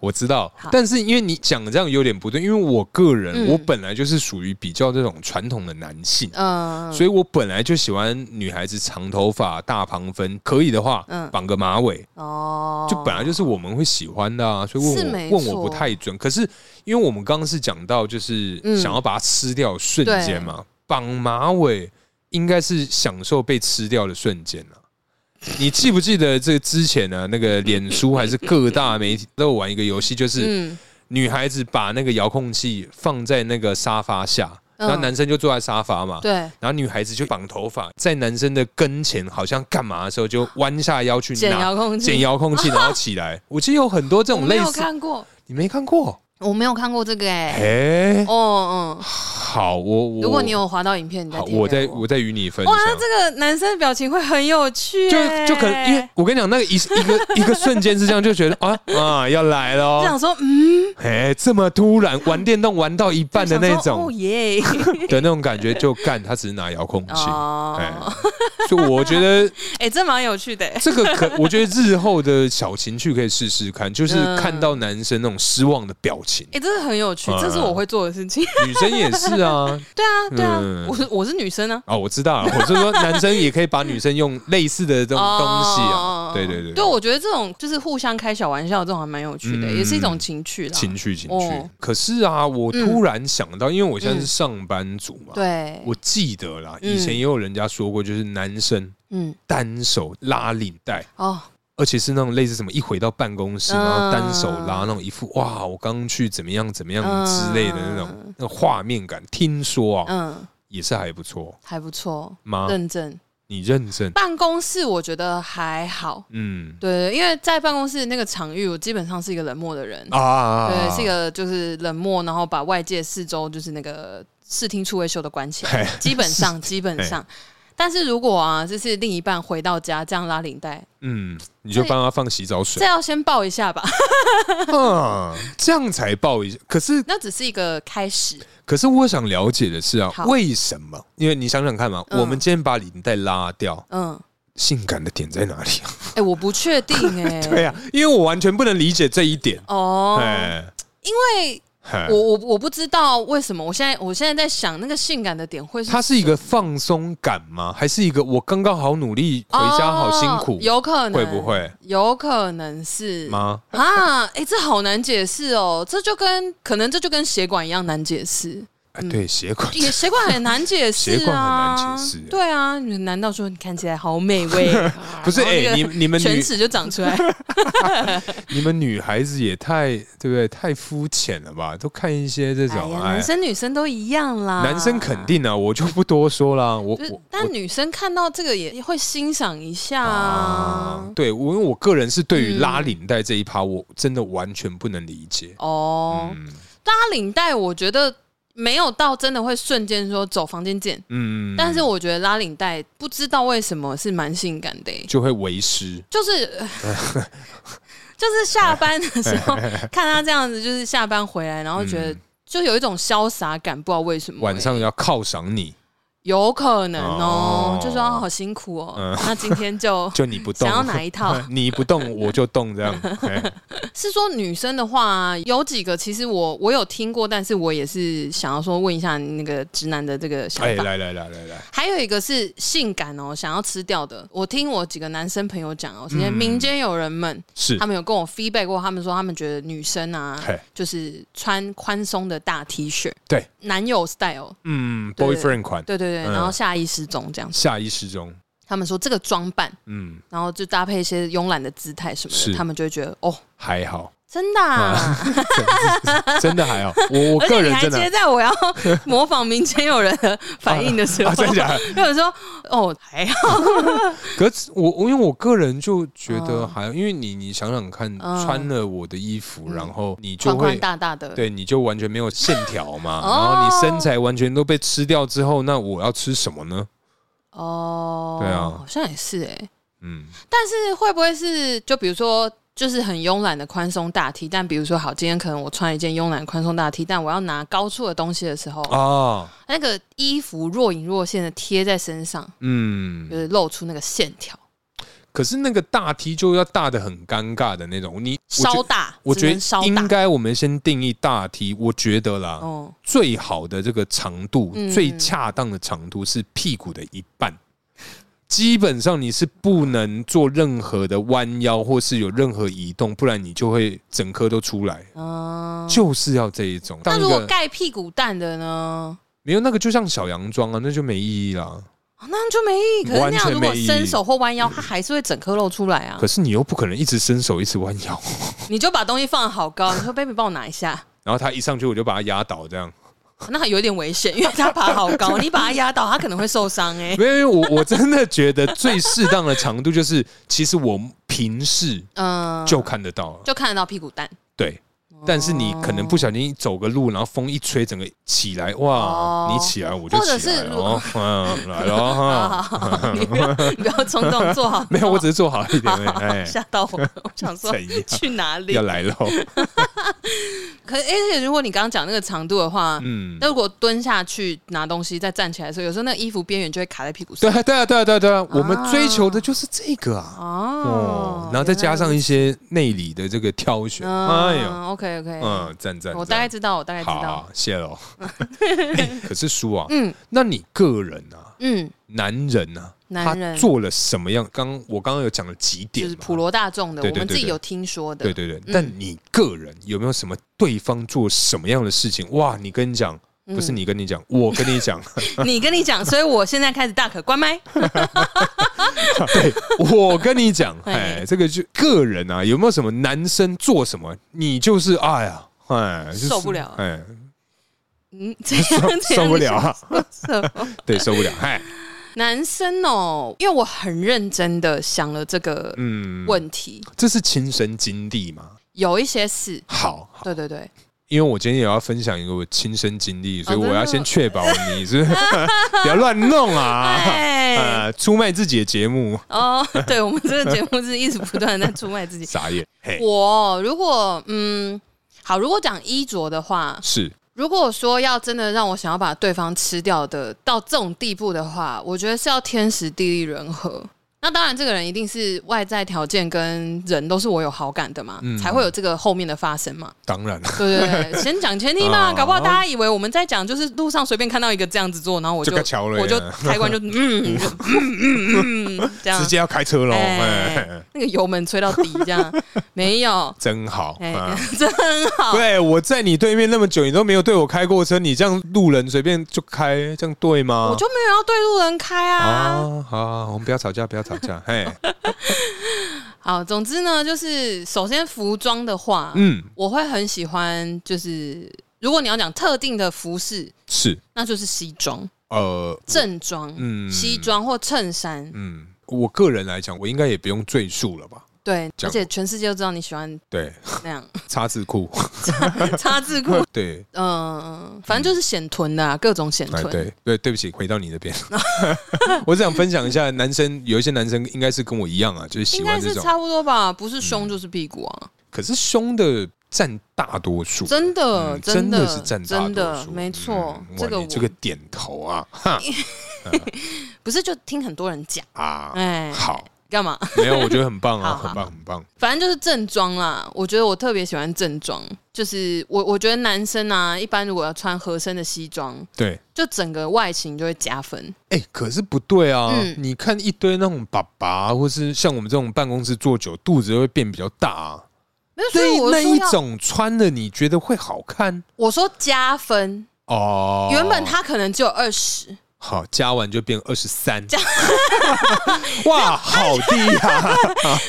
Speaker 1: 我知道
Speaker 2: 好，
Speaker 1: 但是因为你讲这样有点不对，因为我个人，
Speaker 2: 嗯
Speaker 1: 我本来就是属于比较这种传统的男性，
Speaker 2: 嗯、
Speaker 1: 所以我本来就喜欢女孩子长头发、大旁分，可以的话
Speaker 2: 嗯，
Speaker 1: 绑个马尾，
Speaker 2: 哦，
Speaker 1: 就本来就是我们会喜欢的啊，所以问
Speaker 2: 是没
Speaker 1: 我问我
Speaker 2: 错
Speaker 1: 不太准。可是因为我们刚刚是讲到，就是
Speaker 2: 嗯
Speaker 1: 想要把它吃掉的瞬间嘛，绑马尾应该是享受被吃掉的瞬间啊。你记不记得这之前呢、那个脸书还是各大媒体都有玩一个游戏，就是
Speaker 2: 嗯
Speaker 1: 女孩子把那个遥控器放在那个沙发下，
Speaker 2: 嗯
Speaker 1: 然后男生就坐在沙发嘛，
Speaker 2: 对，
Speaker 1: 然后女孩子就绑头发，在男生的跟前好像干嘛的时候，就弯下腰去
Speaker 2: 剪
Speaker 1: 拿
Speaker 2: 遥控器，
Speaker 1: 捡遥控 器，然后起来。我记得有很多这
Speaker 2: 这
Speaker 1: 种类
Speaker 2: 没有
Speaker 1: 似，
Speaker 2: 看过，
Speaker 1: 你没看过？
Speaker 2: 我没有看过这个哎、
Speaker 1: 哎，
Speaker 2: 哦嗯，
Speaker 1: 好，我我
Speaker 2: 如果你有滑到影片，你再
Speaker 1: 好，
Speaker 2: 贴给
Speaker 1: 我再
Speaker 2: 我
Speaker 1: 我再与你分享
Speaker 2: 哇，。那这个男生的表情会很有趣、欸，
Speaker 1: 就就可能，因为啊我跟你讲，那个一一个一个瞬间是这样，就觉得啊啊要来了哦，
Speaker 2: 就想说，嗯，
Speaker 1: 哎，这么突然，玩电动玩到一半的那
Speaker 2: 就想说哦
Speaker 1: 种
Speaker 2: 耶，
Speaker 1: 的那种感觉，就干，他只是拿遥控器，哎
Speaker 2: 哦，，
Speaker 1: 所以我觉得
Speaker 2: 哎，这蛮有趣的欸，
Speaker 1: 这个可，我觉得日后的小情趣可以试试看，就是
Speaker 2: 嗯
Speaker 1: 看到男生那种失望的表情，
Speaker 2: 哎，这是很有趣
Speaker 1: 嗯，
Speaker 2: 这是我会做的事情。
Speaker 1: 女生也是啊。
Speaker 2: 对啊，对啊
Speaker 1: 嗯，
Speaker 2: 我是我是女生啊，
Speaker 1: 哦，我知道了，我是说男生也可以把女生用类似的这种东西啊
Speaker 2: 哦，
Speaker 1: 对对对，
Speaker 2: 对，我觉得这种就是互相开小玩笑，这种还蛮有趣的，
Speaker 1: 嗯
Speaker 2: 也是一种情趣啦。
Speaker 1: 情趣情趣
Speaker 2: 哦。
Speaker 1: 可是啊，我突然想到，因为我现在是上班族嘛，
Speaker 2: 嗯对，
Speaker 1: 我记得啦，
Speaker 2: 嗯
Speaker 1: 以前也有人家说过，就是男生
Speaker 2: 嗯，
Speaker 1: 单手拉领带。
Speaker 2: 哦，
Speaker 1: 而且是那种类似什么一回到办公室，
Speaker 2: 嗯
Speaker 1: 然后单手拉那种一副哇，我刚去怎么样怎么样之类的那种
Speaker 2: 嗯
Speaker 1: 那个画面感，听说啊
Speaker 2: 嗯，
Speaker 1: 也是还不错
Speaker 2: 还不错，哦
Speaker 1: 妈，
Speaker 2: 认真。
Speaker 1: 你认真，
Speaker 2: 办公室我觉得还好，
Speaker 1: 嗯
Speaker 2: 对，因为在办公室那个场域，我基本上是一个冷漠的人，
Speaker 1: 啊，
Speaker 2: 对，是一个就是冷漠，然后把外界四周就是那个视听触味嗅都关起来，
Speaker 1: 嘿
Speaker 2: 基本上基本上。但是如果啊，就是另一半回到家这样拉领带，
Speaker 1: 嗯，你就帮他放洗澡
Speaker 2: 这
Speaker 1: 水，
Speaker 2: 要先抱一下吧。
Speaker 1: 嗯，这样才抱一下。可是
Speaker 2: 那只是一个开始，
Speaker 1: 可是我想了解的是啊，
Speaker 2: 好
Speaker 1: 为什么？因为你想想看嘛，
Speaker 2: 嗯
Speaker 1: 我们今天把领带拉掉，
Speaker 2: 嗯，
Speaker 1: 性感的点在哪里啊？
Speaker 2: 哎、我不确 定哎、
Speaker 1: 对啊，因为我完全不能理解这一点。
Speaker 2: 哦，
Speaker 1: 哎，
Speaker 2: 因为
Speaker 1: 嘿
Speaker 2: 我我我不知道为什么，我现在我现在在想那个性感的点会是哦
Speaker 1: 它是一个放松感吗？还是一个我刚刚好努力回家好辛苦
Speaker 2: 哦？有可能
Speaker 1: 会不？会
Speaker 2: 有可能是
Speaker 1: 吗？
Speaker 2: 啊，哎、这好难解释哦，这就跟可能这就跟血管一样难解释，
Speaker 1: 哎，
Speaker 2: 嗯
Speaker 1: 对，血管
Speaker 2: 也血管很难解释、啊，
Speaker 1: 血管很难解释
Speaker 2: 对啊，你难道说你看起来好 美味？
Speaker 1: 不是
Speaker 2: 啊然后那
Speaker 1: 哎，
Speaker 2: 个
Speaker 1: 你你们
Speaker 2: 犬
Speaker 1: 女
Speaker 2: 齿就长 出来，
Speaker 1: 你们女孩子也太对不对？太肤浅了吧？都看一些这
Speaker 2: 哎呀
Speaker 1: 种，哎
Speaker 2: 男，生女生都一样啦，
Speaker 1: 男生肯。定啊，我就不多说啦。我
Speaker 2: 就是
Speaker 1: 我，
Speaker 2: 但女生看到这个也也会欣赏一下
Speaker 1: 我
Speaker 2: 啊
Speaker 1: 啊，。对我因为我个人是对于
Speaker 2: 嗯
Speaker 1: 拉领带这一趴，我真的完全不能理解。
Speaker 2: 哦，
Speaker 1: 嗯
Speaker 2: 拉领带，我觉得没有到真的会瞬间说走房间见，
Speaker 1: 嗯
Speaker 2: 但是我觉得拉领带不知道为什么是蛮性感的欸、
Speaker 1: 嗯就会为师，
Speaker 2: 就是。 就是下班的时候看他这样子，就是下班回来，然后觉得
Speaker 1: 嗯
Speaker 2: 就有一种潇洒感，不知道为什么欸、
Speaker 1: 晚上要犒赏你，
Speaker 2: 有可能哦
Speaker 1: 哦，
Speaker 2: 就说啊好辛苦哦，
Speaker 1: 嗯
Speaker 2: 那今天就
Speaker 1: 就你 不动
Speaker 2: 想，要哪一 套？
Speaker 1: 你不动我就动，这样。哎
Speaker 2: 是说女生的话，有几个其实我我有听过，但是我也是想要说问一下那个直男的这个想
Speaker 1: 哎，
Speaker 2: 法。
Speaker 1: 来来来来来，
Speaker 2: 还有一个是性感哦，想要吃掉的。我听我几个男生朋友讲哦，这些
Speaker 1: 嗯
Speaker 2: 民间友人们，
Speaker 1: 是
Speaker 2: 他们有跟我 feedback 过，他们说他们觉得女生啊
Speaker 1: 嗯嘿，
Speaker 2: 就是穿宽松的大 T 恤，
Speaker 1: 对，
Speaker 2: 男友 style，
Speaker 1: 嗯
Speaker 2: 对
Speaker 1: ，boyfriend 款，
Speaker 2: 对对对，
Speaker 1: 嗯
Speaker 2: 然后下衣失踪这样子。
Speaker 1: 下意识中，
Speaker 2: 他们说这个装扮，
Speaker 1: 嗯，
Speaker 2: 然后就搭配一些慵懒的姿态什么
Speaker 1: 是
Speaker 2: 的，他们就会觉得哦，
Speaker 1: 还好，
Speaker 2: 真的、啊。
Speaker 1: 真的还好。我我个
Speaker 2: 而且你
Speaker 1: 人
Speaker 2: 还
Speaker 1: 真的
Speaker 2: 接在我要模仿民间友人的反应的 时
Speaker 1: 啊，
Speaker 2: 候，
Speaker 1: 真 的假的？
Speaker 2: 因为我说哦还好，
Speaker 1: 可是我我因为我个人就觉得
Speaker 2: 嗯
Speaker 1: 还，因为你你想想看，
Speaker 2: 嗯
Speaker 1: 穿了我的衣服，
Speaker 2: 嗯
Speaker 1: 然后你就
Speaker 2: 宽
Speaker 1: 会
Speaker 2: 宽大大的，
Speaker 1: 对，你就完全没有线条嘛，
Speaker 2: 哦
Speaker 1: 然后你身材完全都被吃掉之后，那我要吃什么呢？
Speaker 2: 哦，
Speaker 1: 对啊
Speaker 2: 好像也是哎、
Speaker 1: 嗯，
Speaker 2: 但是会不会是就比如说？就是很慵懒的宽松大 T，但比如说好，今天可能我穿一件慵懒宽松大 T，但我要拿高处的东西的时候，
Speaker 1: 啊，
Speaker 2: 那个衣服若隐若现的贴在身上，
Speaker 1: 嗯
Speaker 2: 就，是露出那个线条，
Speaker 1: 可是那个大 T 就要大的很尴尬的那种，你我
Speaker 2: 稍
Speaker 1: 觉
Speaker 2: 大，
Speaker 1: 我
Speaker 2: 只
Speaker 1: 觉
Speaker 2: 能稍
Speaker 1: 得应
Speaker 2: 大，
Speaker 1: 该我们先定义大 T，我觉得啦，
Speaker 2: 哦，
Speaker 1: 最好的这个长度、
Speaker 2: 嗯
Speaker 1: 最恰当的长度是屁股的一半。基本上你是不能做任何的弯腰，或是有任何移动，不然你就会整颗都出来。
Speaker 2: 嗯。
Speaker 1: 就是要这一种。
Speaker 2: 那
Speaker 1: 当一
Speaker 2: 如果
Speaker 1: 个
Speaker 2: 盖屁股蛋的呢？
Speaker 1: 没有那个，就像小洋装啊，那就没意义啦。
Speaker 2: 哦那就没意义。可是
Speaker 1: 完
Speaker 2: 那
Speaker 1: 全
Speaker 2: 样如果
Speaker 1: 没意义
Speaker 2: 伸手或弯腰，它还是会整颗露出来啊
Speaker 1: 可。是你又不可能一直伸手，一直弯 腰，
Speaker 2: 你就把东西放得好高，你说 baby 帮我拿一下。
Speaker 1: 然后他一上去我就把他压倒，这样
Speaker 2: 那有点危险，因为他爬好高，你把他压倒，他可能会受伤哎、
Speaker 1: 没有，因为我我真的觉得最适当的长度就是，其实我平视
Speaker 2: 嗯，
Speaker 1: 就看得到了，
Speaker 2: 就看得到屁股蛋。
Speaker 1: 对。但是你可能不小心走个路，然后风一吹，整个起来，哇！
Speaker 2: 哦
Speaker 1: 你起来我就
Speaker 2: 或者
Speaker 1: 起来
Speaker 2: 是
Speaker 1: 了
Speaker 2: 如
Speaker 1: 哦， 嗯，来了哦
Speaker 2: 好
Speaker 1: 哈。
Speaker 2: 好好， 好你不要你不要冲动，做好。
Speaker 1: 没有，我只是做好一点
Speaker 2: 好
Speaker 1: 而已。
Speaker 2: 好好
Speaker 1: 哎，
Speaker 2: 吓到我，我想 说
Speaker 1: 怎样
Speaker 2: 去哪里
Speaker 1: 要？ 来了哦，
Speaker 2: 可是，而且如果你刚刚讲那个长度的话，
Speaker 1: 嗯，
Speaker 2: 那如果蹲下去拿东西再站起来的时候，有时候那个衣服边缘就会卡在屁股
Speaker 1: 对
Speaker 2: 上。
Speaker 1: 啊，对啊，对啊，对啊，对啊，我们追求的就是这个啊。
Speaker 2: 哦
Speaker 1: 哦，，然后再加上一些内里的这个挑选，哎呀，
Speaker 2: 嗯，OK OK，
Speaker 1: 嗯，赞赞，
Speaker 2: 我
Speaker 1: 赞
Speaker 2: 大概知道，我大概知
Speaker 1: 好
Speaker 2: 道
Speaker 1: 啊，，谢 喽。哎可是叔啊，
Speaker 2: 嗯
Speaker 1: 那你个人啊，
Speaker 2: 嗯，
Speaker 1: 男人啊，
Speaker 2: 男人
Speaker 1: 他做了什么样？刚我刚刚有讲了几点
Speaker 2: 就
Speaker 1: 嘛，
Speaker 2: 是普罗大众的，
Speaker 1: 对
Speaker 2: 我
Speaker 1: 对
Speaker 2: 们自己
Speaker 1: 对对
Speaker 2: 有听说的，嗯
Speaker 1: 对对对。但你个人有没有什么对方做什么样的事情？哇，你跟你讲，
Speaker 2: 嗯
Speaker 1: 不是你跟你讲，我跟你讲，
Speaker 2: 你跟你讲，所以我现在开始大可关麦。
Speaker 1: 对我跟你讲，
Speaker 2: 哎
Speaker 1: 哎，这个就个人啊，有没有什么男生做什么，你就是哎呀，哎，就是
Speaker 2: 受不了
Speaker 1: 哎，
Speaker 2: 嗯，这样这 样
Speaker 1: 受不了啊
Speaker 2: 你想说什么
Speaker 1: 对，受不了，哎，
Speaker 2: 男生哦，因为我很认真的想了这个
Speaker 1: 嗯，
Speaker 2: 问题，
Speaker 1: 这是亲身经历嘛？
Speaker 2: 有一些是，
Speaker 1: 好，好
Speaker 2: 对对对，
Speaker 1: 因为我今天也要分享一个我亲身经历，所以
Speaker 2: 哦真的
Speaker 1: 我要先确保你是 不要乱弄啊，
Speaker 2: 哎，
Speaker 1: 呃，出卖自己的节 目，
Speaker 2: 哦，对，我们这个节目是一直不断的在出卖 自己。
Speaker 1: 傻眼，嘿，
Speaker 2: 我如果嗯，好，如果讲衣着的话，
Speaker 1: 是
Speaker 2: 如果说要真的让我想要把对方吃掉的到这种地步的话，我觉得是要天时地利人和。那当然，这个人一定是外在条件跟人都是我有好感的嘛，
Speaker 1: 嗯
Speaker 2: 才会有这个后面的发生嘛。
Speaker 1: 当然了，
Speaker 2: 对对对，先讲前提嘛，
Speaker 1: 哦
Speaker 2: 搞不好大家以为我们在讲就是路上随便看到一个这样子做，然后我
Speaker 1: 就
Speaker 2: 就
Speaker 1: 跟桥了呀
Speaker 2: 我就开关就嗯嗯嗯嗯嗯这样
Speaker 1: 直，接要开车喽，
Speaker 2: 哎
Speaker 1: 哎，
Speaker 2: 那个油门吹到底这样，没有，
Speaker 1: 真好，
Speaker 2: 哎
Speaker 1: 嗯，
Speaker 2: 真好，
Speaker 1: 对，我在你对面那么久，你都没有对我开过车，你这样路人随便就开，这样对吗？
Speaker 2: 我就没有要对路人开啊。
Speaker 1: 啊，好好，我们不要吵架，不要吵架， 嘿，
Speaker 2: 好，总之呢，就是首先服装的话，
Speaker 1: 嗯，
Speaker 2: 我会很喜欢，就是如果你要讲特定的服饰，
Speaker 1: 是，
Speaker 2: 那就是西装、
Speaker 1: 呃，
Speaker 2: 正装、
Speaker 1: 嗯
Speaker 2: 西装或衬衫，
Speaker 1: 嗯，我个人来讲，我应该也不用赘述了吧？
Speaker 2: 对，
Speaker 1: 这样
Speaker 2: 而且全世界都知道你喜欢
Speaker 1: 对，
Speaker 2: 那样
Speaker 1: 擦字裤，
Speaker 2: 插字裤，
Speaker 1: 对，
Speaker 2: 嗯、反正就是显臀的、啊，各种显
Speaker 1: 哎，
Speaker 2: 臀，
Speaker 1: 对，对，对不起，回到你那 边，我只想分享一下，男生有一些男生应该是跟我一样啊，就是喜
Speaker 2: 应
Speaker 1: 欢
Speaker 2: 该
Speaker 1: 这
Speaker 2: 是
Speaker 1: 种，嗯
Speaker 2: 差不多吧，不是胸就是屁股啊，
Speaker 1: 可是胸的占大多数，
Speaker 2: 真的，
Speaker 1: 嗯
Speaker 2: 真
Speaker 1: 的
Speaker 2: 的
Speaker 1: 是占大
Speaker 2: 真
Speaker 1: 多
Speaker 2: 的
Speaker 1: 数，
Speaker 2: 没错，
Speaker 1: 嗯
Speaker 2: 这
Speaker 1: 哇
Speaker 2: 个
Speaker 1: 你
Speaker 2: 我
Speaker 1: 这个点头啊，哈
Speaker 2: 不是就听很多人讲，
Speaker 1: 啊，
Speaker 2: 哎，
Speaker 1: 好，
Speaker 2: 干嘛？
Speaker 1: 没有，我觉得很棒啊，
Speaker 2: 好好
Speaker 1: 很棒，很棒，
Speaker 2: 反正就是正装啦，我觉得我特别喜欢正装，就是我我觉得男生啊，一般如果要穿合身的西装，
Speaker 1: 对。
Speaker 2: 就整个外形就会加分。
Speaker 1: 哎、可是不对啊！
Speaker 2: 嗯
Speaker 1: 你看一堆那种爸爸，或是像我们这种办公室坐久，肚子会变比较大、啊。
Speaker 2: 没有，所
Speaker 1: 对
Speaker 2: 以，我
Speaker 1: 那
Speaker 2: 说
Speaker 1: 一
Speaker 2: 要
Speaker 1: 种穿的，你觉得会好看
Speaker 2: 我说加分，
Speaker 1: 哦？
Speaker 2: 原本他可能只有二十，
Speaker 1: 好加完就变二十三，哇，好低 啊！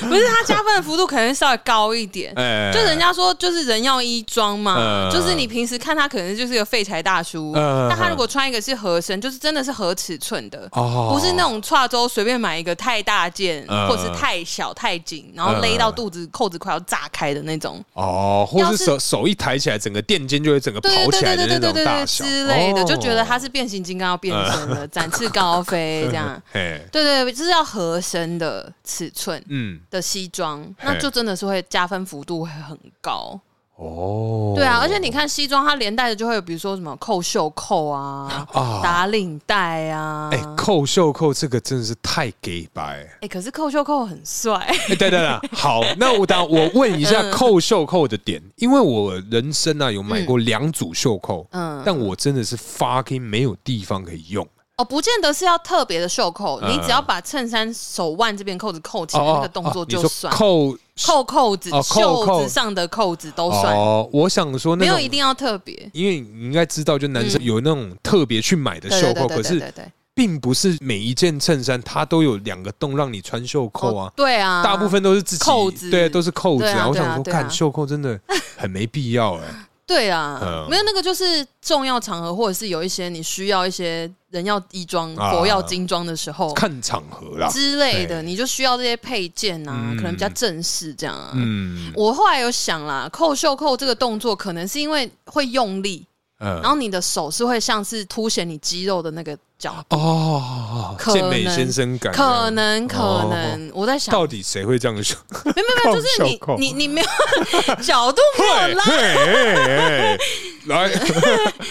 Speaker 2: 不是他加分的幅度可能稍微高一点。
Speaker 1: 哎，
Speaker 2: 就人家说，就是人要衣装嘛，
Speaker 1: 嗯
Speaker 2: 就是你平时看他可能就是个废柴大叔，
Speaker 1: 嗯
Speaker 2: 但他如果穿一个是合身，就是真的是合尺寸的，
Speaker 1: 哦
Speaker 2: 不是那种跨州随便买一个太大件，
Speaker 1: 嗯
Speaker 2: 或是太小太紧，然后勒到肚子扣子快要炸开的那种，
Speaker 1: 哦，或
Speaker 2: 要
Speaker 1: 是
Speaker 2: 是
Speaker 1: 手手一抬起来，整个垫肩就会整个
Speaker 2: 对
Speaker 1: 跑
Speaker 2: 对
Speaker 1: 起来
Speaker 2: 对
Speaker 1: 的
Speaker 2: 对
Speaker 1: 那
Speaker 2: 对
Speaker 1: 种
Speaker 2: 对对
Speaker 1: 大
Speaker 2: 对
Speaker 1: 小
Speaker 2: 之类的，
Speaker 1: 哦。
Speaker 2: 就觉得他是变形金刚要变身了，展翅高飞这样
Speaker 1: 哎，
Speaker 2: 对对，对就是要合身的尺寸
Speaker 1: 嗯，
Speaker 2: 的西装，
Speaker 1: 嘿
Speaker 2: 那就真的是会加分幅度会很高。
Speaker 1: 哦，
Speaker 2: 对啊，而且你看西装，它连带的就会有，比如说什么扣袖扣啊、
Speaker 1: 啊，
Speaker 2: 打领带啊。
Speaker 1: 哎、扣袖扣这个真的是太给白。
Speaker 2: 哎，可是扣袖扣很帅，
Speaker 1: 哎，对对对，好，那我当我问一
Speaker 2: 嗯
Speaker 1: 下扣袖扣的点，因为我人生啊有买过两组袖扣，
Speaker 2: 嗯
Speaker 1: 但我真的是 fucking 没有地方可以用。
Speaker 2: 哦，不见得是要特别的袖扣，
Speaker 1: 嗯哦
Speaker 2: 你只要把衬衫手腕这边扣子扣起来，那个动作
Speaker 1: 你
Speaker 2: 就
Speaker 1: 说
Speaker 2: 算。
Speaker 1: 扣
Speaker 2: 扣扣子、
Speaker 1: 哦扣扣
Speaker 2: 袖子上的扣子都算，
Speaker 1: 哦，我想说那
Speaker 2: 没有
Speaker 1: 种
Speaker 2: 一，定要特别。
Speaker 1: 因为你应该知道，就男生有那种特别去买的
Speaker 2: 对
Speaker 1: 袖
Speaker 2: 对对
Speaker 1: 扣，
Speaker 2: 对
Speaker 1: 可
Speaker 2: 对
Speaker 1: 是
Speaker 2: 对对，
Speaker 1: 并不是每一件衬衫它都有两个洞让你穿袖扣啊
Speaker 2: 哦。对啊，
Speaker 1: 大部分都是自己
Speaker 2: 扣子
Speaker 1: 对，都是扣子
Speaker 2: 对啊
Speaker 1: 我
Speaker 2: 对啊
Speaker 1: 想说，
Speaker 2: 对啊
Speaker 1: 看袖扣真的很没必要哎。
Speaker 2: 对啊，
Speaker 1: 嗯
Speaker 2: 没有那个就是重要场合，或者是有一些你需要一些人要衣装、
Speaker 1: 啊
Speaker 2: 佛要金装的时候
Speaker 1: 看场合啦。
Speaker 2: 之类的，
Speaker 1: 啊对
Speaker 2: 你就需要这些配件啊，
Speaker 1: 嗯
Speaker 2: 可能比较正式这样啊。
Speaker 1: 嗯
Speaker 2: 我后来有想啦，扣袖扣这个动作，可能是因为会用力，然
Speaker 1: 嗯
Speaker 2: 后你的手是会像是凸显你肌肉的那个角，
Speaker 1: 哦，
Speaker 2: 可
Speaker 1: 健美
Speaker 2: 能
Speaker 1: 先生感这样，
Speaker 2: 可能可
Speaker 1: 哦
Speaker 2: 能，我在想，
Speaker 1: 到底谁会这样说？
Speaker 2: 没有没有，就是
Speaker 1: 扣袖扣
Speaker 2: 你你你没有 角度没
Speaker 1: 会
Speaker 2: 有拉，
Speaker 1: 哎嘿，嘿 来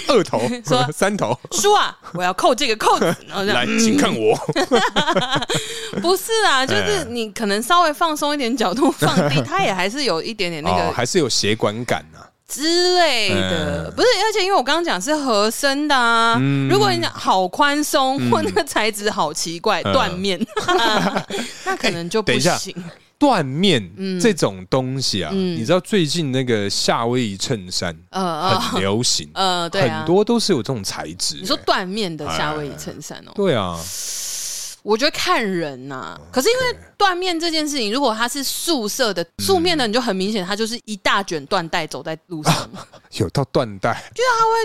Speaker 1: 二头
Speaker 2: 说
Speaker 1: 三头，
Speaker 2: 叔啊，我要扣这 个扣子，然后这样
Speaker 1: 来，请看我。
Speaker 2: 嗯不是啊，就是
Speaker 1: 哎
Speaker 2: 你可能稍微放松一点角度放低， 它也还是有一点点那
Speaker 1: 哦，
Speaker 2: 个
Speaker 1: 还是有血管感啊呐。
Speaker 2: 之类的，
Speaker 1: 嗯
Speaker 2: 不是？而且因为我刚刚讲是合身的啊，
Speaker 1: 嗯
Speaker 2: 如果你讲好宽松、或那个材质好奇怪，
Speaker 1: 嗯哎
Speaker 2: 缎面，那可能就不
Speaker 1: 等一下
Speaker 2: 行。
Speaker 1: 缎面这种东西啊，
Speaker 2: 嗯
Speaker 1: 你知道最近那个夏威夷衬衫
Speaker 2: 呃呃
Speaker 1: 很流 行，
Speaker 2: 呃，对啊，
Speaker 1: 很多都是有这种材质。
Speaker 2: 你说
Speaker 1: 哎
Speaker 2: 缎面的夏威夷衬衫哦，
Speaker 1: 对啊，
Speaker 2: 我觉得看人呐、可是因
Speaker 1: 哦
Speaker 2: 为缎面这件事情，如果它是素色的、
Speaker 1: 嗯
Speaker 2: 素面的，你就很明显，它就是一大卷缎带走在 路上。
Speaker 1: 有到缎带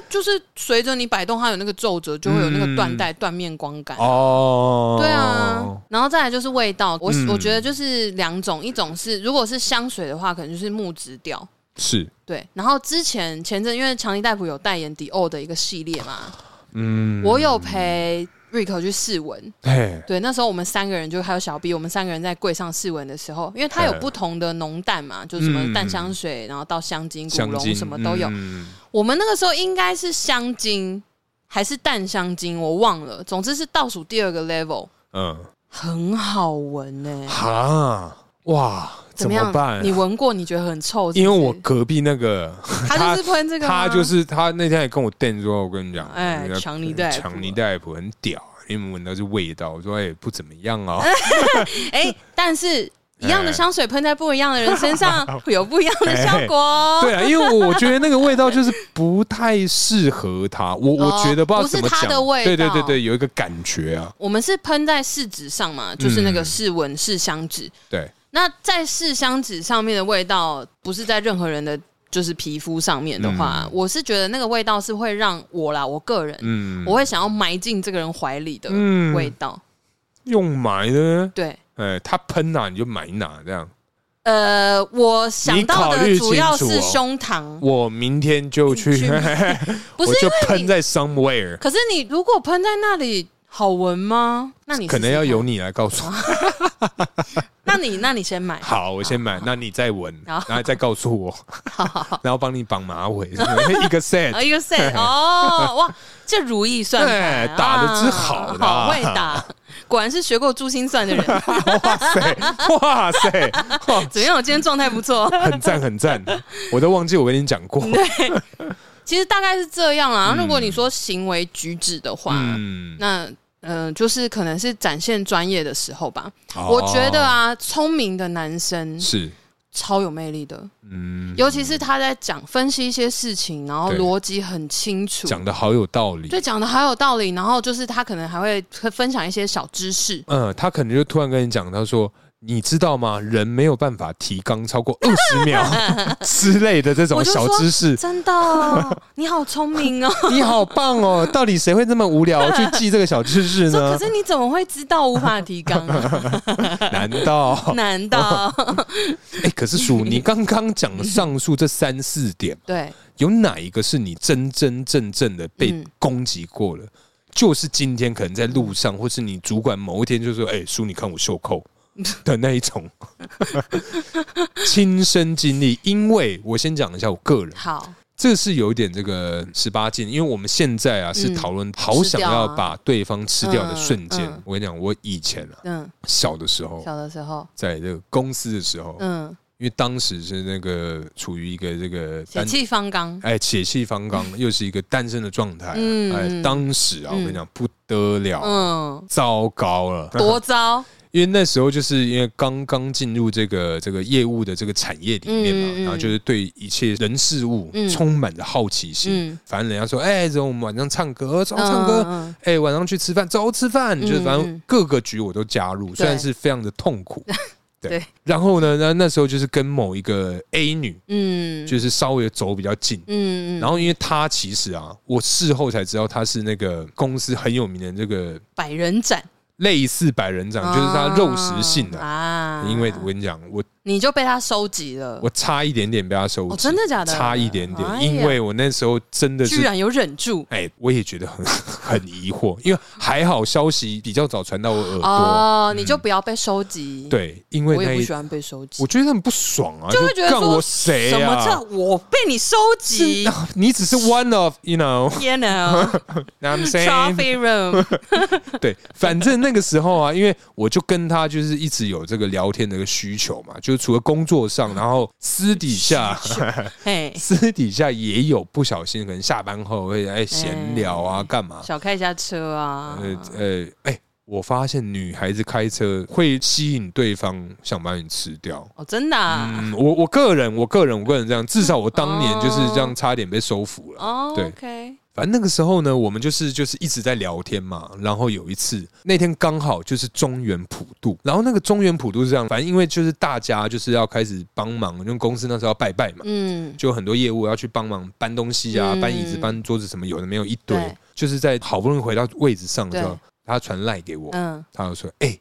Speaker 2: 就是随着你摆动，它有那个皱褶，就会有那个缎
Speaker 1: 嗯
Speaker 2: 带、缎面光感。
Speaker 1: 哦。
Speaker 2: 对啊，然后再来就是味道，我、
Speaker 1: 嗯
Speaker 2: 我觉得就是两种，一种是如果是香水的话，可能就是木质调，
Speaker 1: 是，
Speaker 2: 对。然后之前前阵因为强尼戴普有代言迪奥的一个系列嘛，
Speaker 1: 嗯，
Speaker 2: 我有陪瑞克去试闻，
Speaker 1: 嘿，
Speaker 2: 对，那时候我们三个人就还有小 B，我们三个人在柜上试闻的时候，因为它有
Speaker 1: 嗯
Speaker 2: 不同的浓淡嘛，就是什么
Speaker 1: 嗯
Speaker 2: 淡香水，然后到香精、古
Speaker 1: 香
Speaker 2: 龙
Speaker 1: 精
Speaker 2: 什么都有。
Speaker 1: 嗯
Speaker 2: 我们那个时候应该是香精还是淡香精，我忘了。总之是倒数第二个 level，
Speaker 1: 嗯，
Speaker 2: 很好闻欸呢、
Speaker 1: 哈，哇，怎
Speaker 2: 么
Speaker 1: 么
Speaker 2: 样？
Speaker 1: 办？
Speaker 2: 你闻过你觉得很臭是不是
Speaker 1: 因为我隔壁那个
Speaker 2: 他就是喷这个吗，
Speaker 1: 他就是他那天也跟我电说，我跟你讲，
Speaker 2: 哎
Speaker 1: 那个
Speaker 2: 强尼戴普
Speaker 1: 强尼戴普很屌，你们闻到是味道，我说哎不怎么样啊，
Speaker 2: 哎、但是一样的
Speaker 1: 哎
Speaker 2: 香水喷在不一样的人 身上，会有不一样的效果哦。
Speaker 1: 对啊，因为我觉得那个味道就是不太适合他，我
Speaker 2: 哦
Speaker 1: 我觉得不知道
Speaker 2: 不是
Speaker 1: 怎么
Speaker 2: 他
Speaker 1: 讲
Speaker 2: 的味，
Speaker 1: 对对
Speaker 2: 道
Speaker 1: 对对，有一个感觉啊，
Speaker 2: 我们是喷在试纸上嘛，就是那个
Speaker 1: 嗯
Speaker 2: 试闻试香纸。
Speaker 1: 对，
Speaker 2: 那在试香纸上面的味道，不是在任何人的就是皮肤上面的话，
Speaker 1: 嗯
Speaker 2: 我是觉得那个味道是会让我啦，我个人、
Speaker 1: 嗯，
Speaker 2: 我会想要埋进这个人怀里的
Speaker 1: 嗯
Speaker 2: 味道。
Speaker 1: 用买的，
Speaker 2: 对，
Speaker 1: 哎，他喷哪你就买哪这样，
Speaker 2: 呃，我想到
Speaker 1: 你考
Speaker 2: 的
Speaker 1: 虑
Speaker 2: 主要
Speaker 1: 清楚
Speaker 2: 是
Speaker 1: 哦
Speaker 2: 胸膛，
Speaker 1: 我明天就去
Speaker 2: 去，不
Speaker 1: 我
Speaker 2: 是
Speaker 1: 就
Speaker 2: 因为
Speaker 1: 喷
Speaker 2: 你。
Speaker 1: 在 somewhere，
Speaker 2: 可是你如果喷在那里，好闻吗？那你
Speaker 1: 可能
Speaker 2: 试试
Speaker 1: 要
Speaker 2: 看哦
Speaker 1: 由。你来告诉我。
Speaker 2: 那你那你先买。
Speaker 1: 好，我先买，那你再闻，
Speaker 2: 好
Speaker 1: 然后再告诉我，然后帮你绑马尾，一个 set。
Speaker 2: 啊，一 个 set 哦，哇，这如意算盘
Speaker 1: 对哎打得之
Speaker 2: 啊
Speaker 1: 好的
Speaker 2: 好会打，果然是学过珠心算的人。
Speaker 1: 哇塞，哇塞，哇
Speaker 2: 怎么样？我今天状态不错。
Speaker 1: 很赞很赞，我都忘记我跟你讲过。
Speaker 2: 其实大概是这样啦。如果你说行为举止的话，
Speaker 1: 嗯，
Speaker 2: 那呃，就是可能是展现专业的时候吧。
Speaker 1: 哦
Speaker 2: 我觉得啊，聪明的男生
Speaker 1: 是，
Speaker 2: 超有魅力的，
Speaker 1: 嗯，
Speaker 2: 尤其是他在讲分析一些事情，然后
Speaker 1: 对
Speaker 2: 逻辑很清楚，
Speaker 1: 讲的好有道理。
Speaker 2: 对，讲的好有道理。然后就是他可能还会分享一些小知识。
Speaker 1: 嗯，他可能就突然跟你讲，他说。你知道吗？人没有办法提纲超过二十 秒之类的这
Speaker 2: 我
Speaker 1: 种
Speaker 2: 就
Speaker 1: 小
Speaker 2: 说
Speaker 1: 知识，
Speaker 2: 真的哦、 你好聪明 哦！
Speaker 1: 你好棒哦！到底谁会这么无 聊去记这个小知识
Speaker 2: 说
Speaker 1: 呢
Speaker 2: 可？是你怎么会知道无法提纲啊？
Speaker 1: 难道
Speaker 2: 难道
Speaker 1: 哎、可是叔，你刚刚讲上述这三四点，
Speaker 2: 对？
Speaker 1: 有哪一个是你真真正正的被
Speaker 2: 嗯
Speaker 1: 攻击过了？就是今天可能在路上，或是你主管某一天就说：“哎、叔，你看我袖 扣。”的那一种亲身经历，因为我先讲一下我个人，
Speaker 2: 好，
Speaker 1: 这是有一点这个十八禁，因为我们现在啊是
Speaker 2: 嗯
Speaker 1: 讨论好
Speaker 2: 吃
Speaker 1: 想
Speaker 2: 掉啊
Speaker 1: 要把对方吃掉的瞬间。
Speaker 2: 嗯嗯
Speaker 1: 我跟你讲，我以前啊
Speaker 2: 嗯，
Speaker 1: 小的时候，
Speaker 2: 小的时候，
Speaker 1: 在这个公司的时候，
Speaker 2: 嗯，
Speaker 1: 因为当时是那个处于一个这个
Speaker 2: 血
Speaker 1: 单
Speaker 2: 气方刚，
Speaker 1: 哎血气方刚， 又是一个单身的状态啊、
Speaker 2: 嗯
Speaker 1: 哎，当时啊，
Speaker 2: 嗯
Speaker 1: 我跟你讲不得了，
Speaker 2: 嗯，
Speaker 1: 糟糕了，
Speaker 2: 多 糟，
Speaker 1: 因为那时候就是因为刚刚进入这个这个业务的这个产业里面嘛，
Speaker 2: 嗯嗯嗯
Speaker 1: 然后就是对一切人事物
Speaker 2: 嗯
Speaker 1: 充满着好奇心。
Speaker 2: 嗯，
Speaker 1: 反正人家说，哎，走，我们晚上唱歌，走唱歌，
Speaker 2: 嗯，
Speaker 1: 哎、晚上去吃饭，走吃饭，
Speaker 2: 嗯
Speaker 1: 就是反
Speaker 2: 嗯
Speaker 1: 正各个局我都加入，虽然
Speaker 2: 对
Speaker 1: 是非常的痛苦，对
Speaker 2: 对，
Speaker 1: 然后呢，那那时候就是跟某一个 A 女，
Speaker 2: 嗯，
Speaker 1: 就是稍微走比较近。
Speaker 2: 嗯嗯，
Speaker 1: 然后，因为她其实啊，我事后才知道她是那个公司很有名的这个
Speaker 2: 百人斩，
Speaker 1: 类似百人掌，就是她肉食性的、
Speaker 2: 啊
Speaker 1: 因为我跟你讲，我
Speaker 2: 你就被他收集了，
Speaker 1: 我差一点点被她收集，
Speaker 2: 哦真的假的
Speaker 1: 差一点点，
Speaker 2: 哎呀
Speaker 1: 因为我那时候真的
Speaker 2: 居
Speaker 1: 是。
Speaker 2: 然有忍住
Speaker 1: 哎，我也觉得很 很疑惑，因为还好消息比较早传到我耳朵，
Speaker 2: 哦，你就不要被收集，，
Speaker 1: 嗯对，因为
Speaker 2: 我
Speaker 1: 那
Speaker 2: 也不
Speaker 1: 一
Speaker 2: 喜欢被收集
Speaker 1: 我，觉得很不爽啊，
Speaker 2: 就会觉得
Speaker 1: 干
Speaker 2: 说
Speaker 1: 我谁
Speaker 2: 什么
Speaker 1: 啊？
Speaker 2: 叫我被你收集
Speaker 1: 是 啊你只是 one of you know
Speaker 2: ？You know,
Speaker 1: I'm saying
Speaker 2: trophy room，
Speaker 1: 对，反正那个时候啊，因为我就跟他就是一直有这个聊天的一个需求嘛，就是除了工作上，然后私底下
Speaker 2: 嘿，
Speaker 1: 私底下也有不小心可能下班后会哎闲聊啊，干嘛？
Speaker 2: 小开一下车啊，
Speaker 1: 呃呃哎。我发现女孩子开车会吸引对方想把你吃掉，
Speaker 2: 哦，真的啊，
Speaker 1: 嗯，我我个人，我个人，我个人这样，至少我当年就是这样，差点被收服了。
Speaker 2: 哦
Speaker 1: 对
Speaker 2: ，OK，
Speaker 1: 反正那个时候呢，我们就是就是一直在聊天嘛。然后有一次，那天刚好就是中原普渡，然后那个中原普渡是这样，反正因为就是大家就是要开始帮忙，因为公司那时候要拜拜嘛，
Speaker 2: 嗯，
Speaker 1: 就很多业务要去帮忙搬东西啊、
Speaker 2: 嗯
Speaker 1: 搬椅子、搬桌子什么，有的没有一堆
Speaker 2: 对。
Speaker 1: 就是在好不容易回到位置上的时候
Speaker 2: 对，
Speaker 1: 他传赖给我，
Speaker 2: 嗯，
Speaker 1: 他就说：“哎、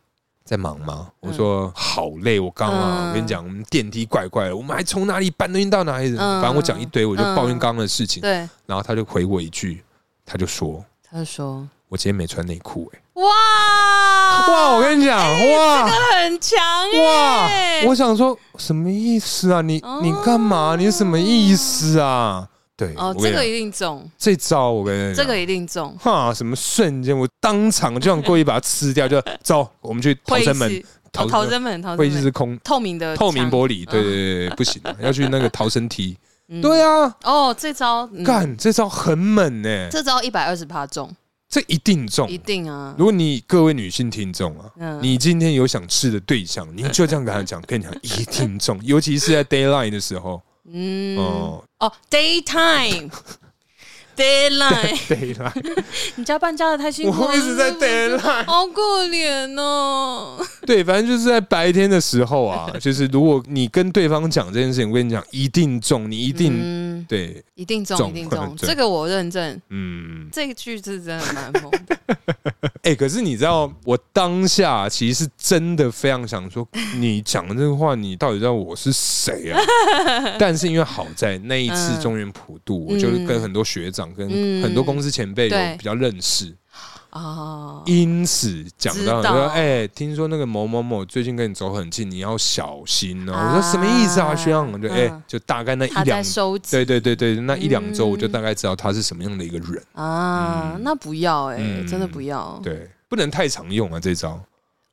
Speaker 1: 在忙吗？”
Speaker 2: 嗯
Speaker 1: 我说：“好累，我刚啊，
Speaker 2: 嗯
Speaker 1: 我跟你讲，我们电梯怪怪的，我们还从哪里搬东西到哪里，
Speaker 2: 嗯
Speaker 1: 反正我讲一堆，我就
Speaker 2: 嗯
Speaker 1: 抱怨刚刚的事情。
Speaker 2: 对，
Speaker 1: 然后他就回我一句，他就说
Speaker 2: 他就说，：“
Speaker 1: 我今天没穿内裤。”哎，
Speaker 2: 哇
Speaker 1: 哇！我跟你讲，哇
Speaker 2: 很强
Speaker 1: 哇
Speaker 2: 哎、！
Speaker 1: 我想说什么意思啊？你
Speaker 2: 哦
Speaker 1: 你干嘛？你什么意思啊？对，
Speaker 2: 哦
Speaker 1: 我，跟
Speaker 2: 这
Speaker 1: 你讲
Speaker 2: 个一定中，
Speaker 1: 这招我跟你
Speaker 2: 这
Speaker 1: 讲。
Speaker 2: 个一定中。
Speaker 1: 哈！什么瞬间，我当场就想过去把它吃掉，就 走，我们去逃
Speaker 2: 会议
Speaker 1: 生
Speaker 2: 室，
Speaker 1: 门，
Speaker 2: 哦，逃生门，逃
Speaker 1: 会
Speaker 2: 生
Speaker 1: 议室
Speaker 2: 门，
Speaker 1: 是空
Speaker 2: 透明的，
Speaker 1: 透明
Speaker 2: 璃，
Speaker 1: 玻璃，对 对对，不行、啊，要去那个逃生梯。
Speaker 2: 嗯
Speaker 1: 对啊，
Speaker 2: 哦，这招，嗯
Speaker 1: 干这招很猛呢，
Speaker 2: 这招一百二十趴中，
Speaker 1: 这一定中
Speaker 2: 一。定啊
Speaker 1: 如。果你各位女性听众啊，
Speaker 2: 嗯
Speaker 1: 你今天有想吃的对象，你就这样跟他 讲，跟你讲一定中，尤其是在 d a y l i n e 的时候，
Speaker 2: 嗯，
Speaker 1: 哦
Speaker 2: 哦，daytime。Deadline，
Speaker 1: d a y l i n e
Speaker 2: 你加班加的太辛苦了，
Speaker 1: 我一直在 deadline
Speaker 2: 好可怜哦。
Speaker 1: 对，反正就是在白天的时候 啊，就是如果你跟对方讲这件事情，我跟你讲一定中，你一定
Speaker 2: 嗯，
Speaker 1: 对，
Speaker 2: 一定中，
Speaker 1: 中
Speaker 2: 一定
Speaker 1: 很
Speaker 2: 中，
Speaker 1: 准
Speaker 2: 这个我认证，
Speaker 1: 嗯，
Speaker 2: 这一句是真的蛮猛 的。
Speaker 1: 哎、可是你知道，我当下其实是真的非常想说，你讲的这个话，你到底知道我是谁啊？ 但是因为好在那一次
Speaker 2: 嗯
Speaker 1: 中原普渡，我就是跟很多学长、跟
Speaker 2: 嗯
Speaker 1: 很多公司前辈有
Speaker 2: 对
Speaker 1: 比较认识，
Speaker 2: 啊，
Speaker 1: 因此讲到
Speaker 2: 知道
Speaker 1: 说，哎、听说那个某某某最近跟你走很近，你要小心哦、我说什么意思啊，
Speaker 2: 啊
Speaker 1: 学长？我就哎、
Speaker 2: 嗯
Speaker 1: 就大概那一
Speaker 2: 他在
Speaker 1: 两，
Speaker 2: 收集
Speaker 1: 对对对对，那一两周
Speaker 2: 嗯
Speaker 1: 我就大概知道他是什么样的一个人，
Speaker 2: 啊，那不要哎、
Speaker 1: 嗯
Speaker 2: 真的不要。
Speaker 1: 对，不能太常用啊这招。